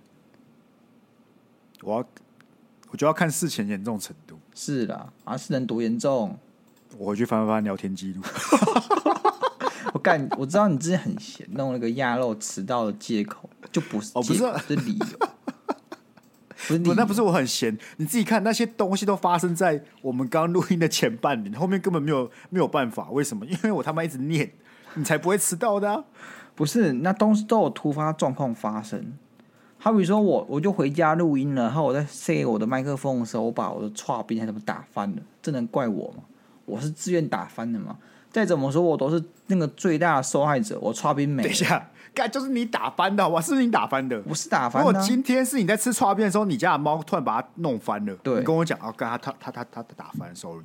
S1: 我要我就要看事情严重程度，”
S2: 是啦，啊，是能多严重？
S1: 我回去翻翻聊天记 录。
S2: 我干，我知道你之前很闲，弄了个鸭肉迟到的借口，就不是
S1: 哦不
S2: 借
S1: 是
S2: 口，是理由， 不是理
S1: 不，那
S2: 由
S1: 不是我很闲，你自己看那些东西都发生在我们刚录音的前半年，后面根本没有没有办法。为什么？因为我他妈一直念，你才不会迟到的、啊。
S2: 不是，那东西都有突发状况发生。好比说我我就回家录音了，然后我在塞我的麦克风的时候，我把我的叉冰还怎么打翻了？这能怪我吗？我是自愿打翻的嘛。再怎么说，我都是那个最大的受害者。我叉冰没
S1: 等
S2: 了
S1: 一，下，干就是你打翻的好吧？是不是你打翻的？
S2: 我是打
S1: 如
S2: 翻
S1: 果
S2: 的啊、
S1: 今天是你在吃串片的时候，你家的猫突然把它弄翻了，
S2: 对
S1: 你跟我讲啊，刚他他他他他他打翻，sorry，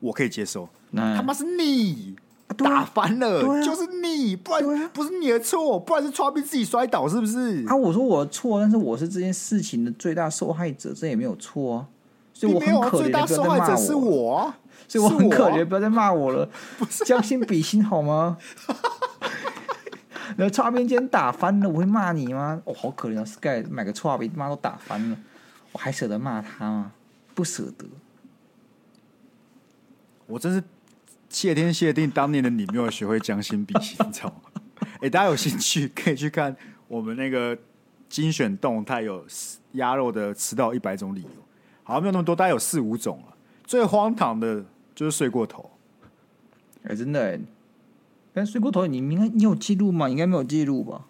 S1: 我可以接受。
S2: 那
S1: 他妈是你
S2: 嗯对啊
S1: 打翻了，
S2: 对啊
S1: 就是你，不
S2: 对
S1: 然
S2: 啊
S1: 不是你的错，不然是串片自己摔倒，是不是？
S2: 啊，我说我的错，但是我是这件事情的最大受害者，这也没有错啊。所以
S1: 你
S2: 我
S1: 没
S2: 很
S1: 有啊，
S2: 可
S1: 最
S2: 怜的，
S1: 大
S2: 不
S1: 受
S2: 要再
S1: 害
S2: 骂
S1: 者是
S2: 我，
S1: 我啊，
S2: 所以我
S1: 是
S2: 很可
S1: 啊
S2: 怜，不要再骂我 了。将心比心好吗？然后叉边今天打翻了，我会骂你吗？哦，好可怜啊，Sky 买个叉边，妈都打翻了，我还舍得骂他吗？不舍得。
S1: 我真是谢天谢地，当年的你没有学会将心比心，你知道吗？ 哎、大家有兴趣可以去看我们那个精选动态，有鸭肉的吃到一百种理由，好像没有那么多，大概有四五种了。最荒唐的就是睡过头，
S2: 哎、真的、欸，但睡过头，你应该你有记录吗？应该没有记录吧？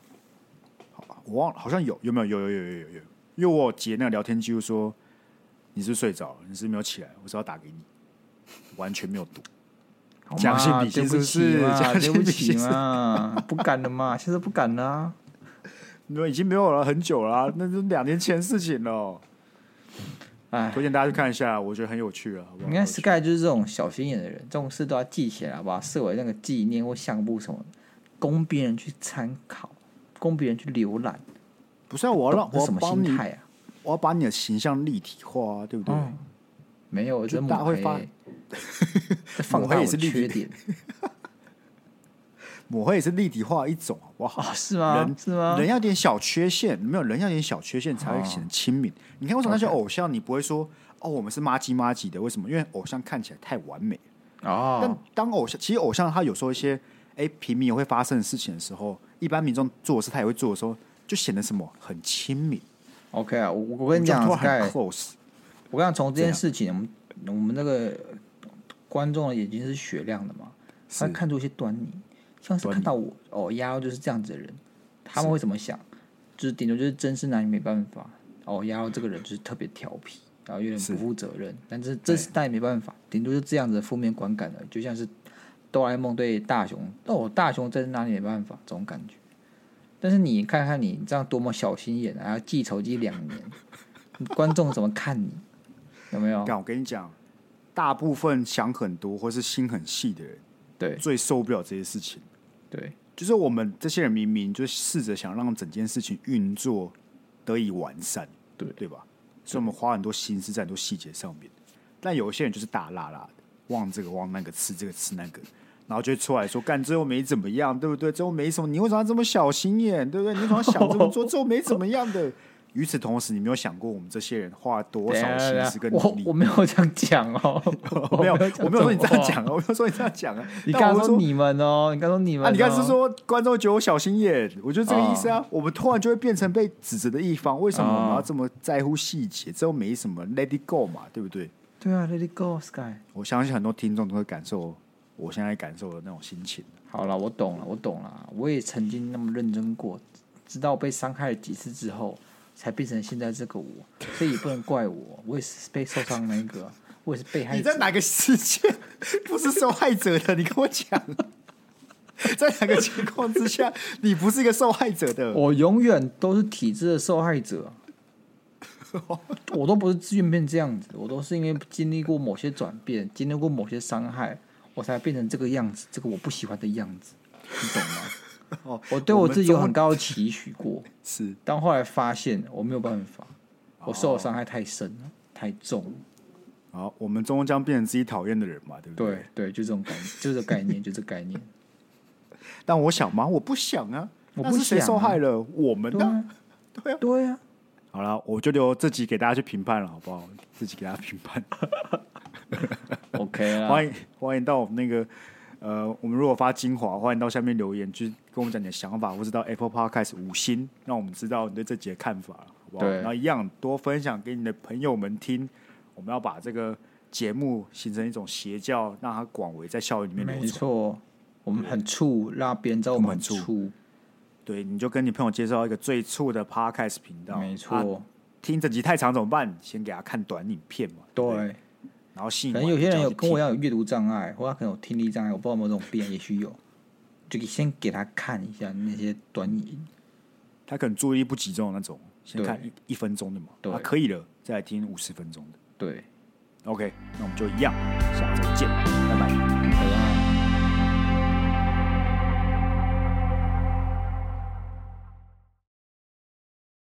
S1: 好吧，我忘了，好像有有没有有有有有有有，因为我有截那个聊天记录说你是不是睡着了，你是不是没有起来，我只要打给你，完全没有读。
S2: 好
S1: 将心
S2: 嘛
S1: 比心
S2: 对不
S1: 是不是
S2: 起嘛，
S1: 将
S2: 哦对
S1: 心
S2: 不
S1: 比
S2: 起
S1: 心是
S2: 嘛，不敢了嘛，现在不敢了啊、
S1: 你们已经没有了很久了啊、那是两年前事情了哦。
S2: 哎，
S1: 推荐大家去看一下，我觉得很有趣啊。好不好
S2: 你看 Sky 就是这种小心眼的人，这种事都要记起来，把它设为那个纪念或相簿什么的，供别人去参考，供别人去浏览。
S1: 不是啊，我要让我
S2: 懂这
S1: 要
S2: 什么
S1: 帮
S2: 心
S1: 你，
S2: 态啊？
S1: 我要把你的形象立体化、啊，对不对？
S2: 嗯，没有，我
S1: 就
S2: 真
S1: 大家
S2: 抹
S1: 会
S2: 黑
S1: 发
S2: 欸，这放
S1: 抹黑
S2: 大我
S1: 也是
S2: 的
S1: 利益
S2: 缺点
S1: 抹黑也是立体化一种，好不好？
S2: 哦，是吗
S1: 人？
S2: 是吗
S1: 人？要点小缺陷，没有人要点小缺陷才会显得亲
S2: 哦
S1: 民。你看为什么那些
S2: OK
S1: 偶像，你不会说哦，我们是妈鸡妈鸡的？为什么？因为偶像看起来太完美。但
S2: 哦，
S1: 当偶像，其实偶像他有时候一些哎平民也会发生的事情的时候，一般民众做的事他也会做的时候，就显得什么很亲民。
S2: OK 啊，我我
S1: 我
S2: 跟你讲
S1: 突然很
S2: ，Sky，
S1: close，
S2: 我跟你讲，从
S1: 怎
S2: 这件
S1: 样
S2: 事情，我们我们那个观众的眼睛是雪亮的嘛，他
S1: 是
S2: 看出一些端倪，像是
S1: 端
S2: 看
S1: 倪
S2: 到我哦，丫就是这样子的人，他们会怎么想？就是顶多就是真是拿你没办法哦，丫这个人就是特别调皮，然后有点
S1: 是
S2: 不负责任，但是这是那也没办法，顶多就这样子的负面观感而已，就像是哆啦 A 梦对大雄哦，大雄真是拿你没办法这种感觉。但是你看看你这样多么小心眼啊，还要记仇记两年，观众怎么看你？有没 有？
S1: 但我跟你讲，大部分想很多或是心很细的人，
S2: 对
S1: 最受不了这些事情。
S2: 对，
S1: 就是我们这些人明明就试着想让整件事情运作得以完善，
S2: 对
S1: 对吧？所以我们花很多心思在很多细节上面，但有些人就是大辣辣的，忘这个忘那个，吃这个吃那个，然后就会出来说干最后没怎么样，对不对？最后没什么，你为什么要这么小心眼，对不对？你为什么要想这么做？最后没怎么样的，与此同时，你没有想过我们这些人花了多
S2: 等一
S1: 少
S2: 下
S1: 心
S2: 等一
S1: 思
S2: 下
S1: 跟
S2: 我
S1: 努力，
S2: 我？没有这样讲 哦
S1: 没有，
S2: 讲
S1: 我没有说你这样
S2: 话
S1: 讲，啊，我没有说你这样讲啊。
S2: 你
S1: 但
S2: 刚
S1: 我
S2: 刚
S1: 是
S2: 说你们哦，你刚刚说你们哦
S1: 啊，你刚才是说观众觉得我小心眼，我就这个意思啊。我们突然就会变成被指责的一方，为什么我们
S2: 哦
S1: 要这么在乎细节？这又没什么，Let it go 嘛，对不对？
S3: 对啊，Let it go, Sky。
S1: 我相信很多听众都会感受我现在感受的那种心情。
S2: 好了，我懂了，我懂了，我也曾经那么认真过，直到被伤害了几次之后，才变成现在这个我，所以也不能怪我，我也是被受伤那一个，我也是被害者。
S1: 你在哪个世界 不是受害者的？你跟我讲，在哪个情况之下你不是一个受害者的？
S2: 我永远都是体制的受害者，我都不是自愿变这样子，我都是因为经历过某些转变，经历过某些伤害，我才变成这个样子，这个我不喜欢的样子，你懂吗？
S1: 哦
S2: 我对
S1: 我
S2: 我
S1: 们
S2: 自己有
S1: 终
S2: 很高的期许过，
S1: 是
S2: 但后来发现我没有办法，我受的伤害太深了，太重了。
S1: 好，我们终将变成自己讨厌的人嘛，对不对？
S2: 对对，就这 种概，就这概念，就这概念。
S1: 但我想吗？我不想啊。
S2: 我
S1: 那
S2: 不
S1: 是谁
S2: 想
S1: 受
S2: 啊
S1: 害了？我们
S2: 对
S1: 呢、
S2: 啊，
S1: 对啊
S2: 对啊，
S1: 好了，我就留自己给大家去评判了，好不好？自己给大家评判。
S2: 啊，OK 啦
S1: 欢。迎欢迎到我们那个呃，我们如果发精华，欢迎到下面留言，就是跟我们讲你的想法，或是到 Apple Podcast 五星，让我们知道你对这集的看法，好不好？
S2: 对
S1: 然后一样多分享给你的朋友们听，我们要把这个节目形成一种邪教，让它广为在校园里面
S2: 没
S1: 流传。
S2: 错，我们很醋，让别人知道我们很
S1: 嗯我们很
S2: 醋。
S1: 对，你就跟你朋友介绍一个最醋的 Podcast 频道，
S2: 没
S1: 啊
S2: 错，
S1: 听这集太长怎么办？先给他看短影片嘛，对不对，
S2: 对。
S1: 然后吸引
S2: 可
S1: 完
S2: 能有些人
S1: 就
S2: 有
S1: 去
S2: 跟我
S1: 听
S2: 一样有阅读障碍，或他可能有听力障碍，我不知道有没有这种病，也许有。就先给他看一下那些短影，
S1: 他可能注意力不集中的那种，先
S2: 对
S1: 看一一分钟的嘛，
S2: 对
S1: 啊，可以了，再来听五十分钟的。
S2: 对，
S1: OK，那我们就一样，下周见，拜拜。
S2: 好吧。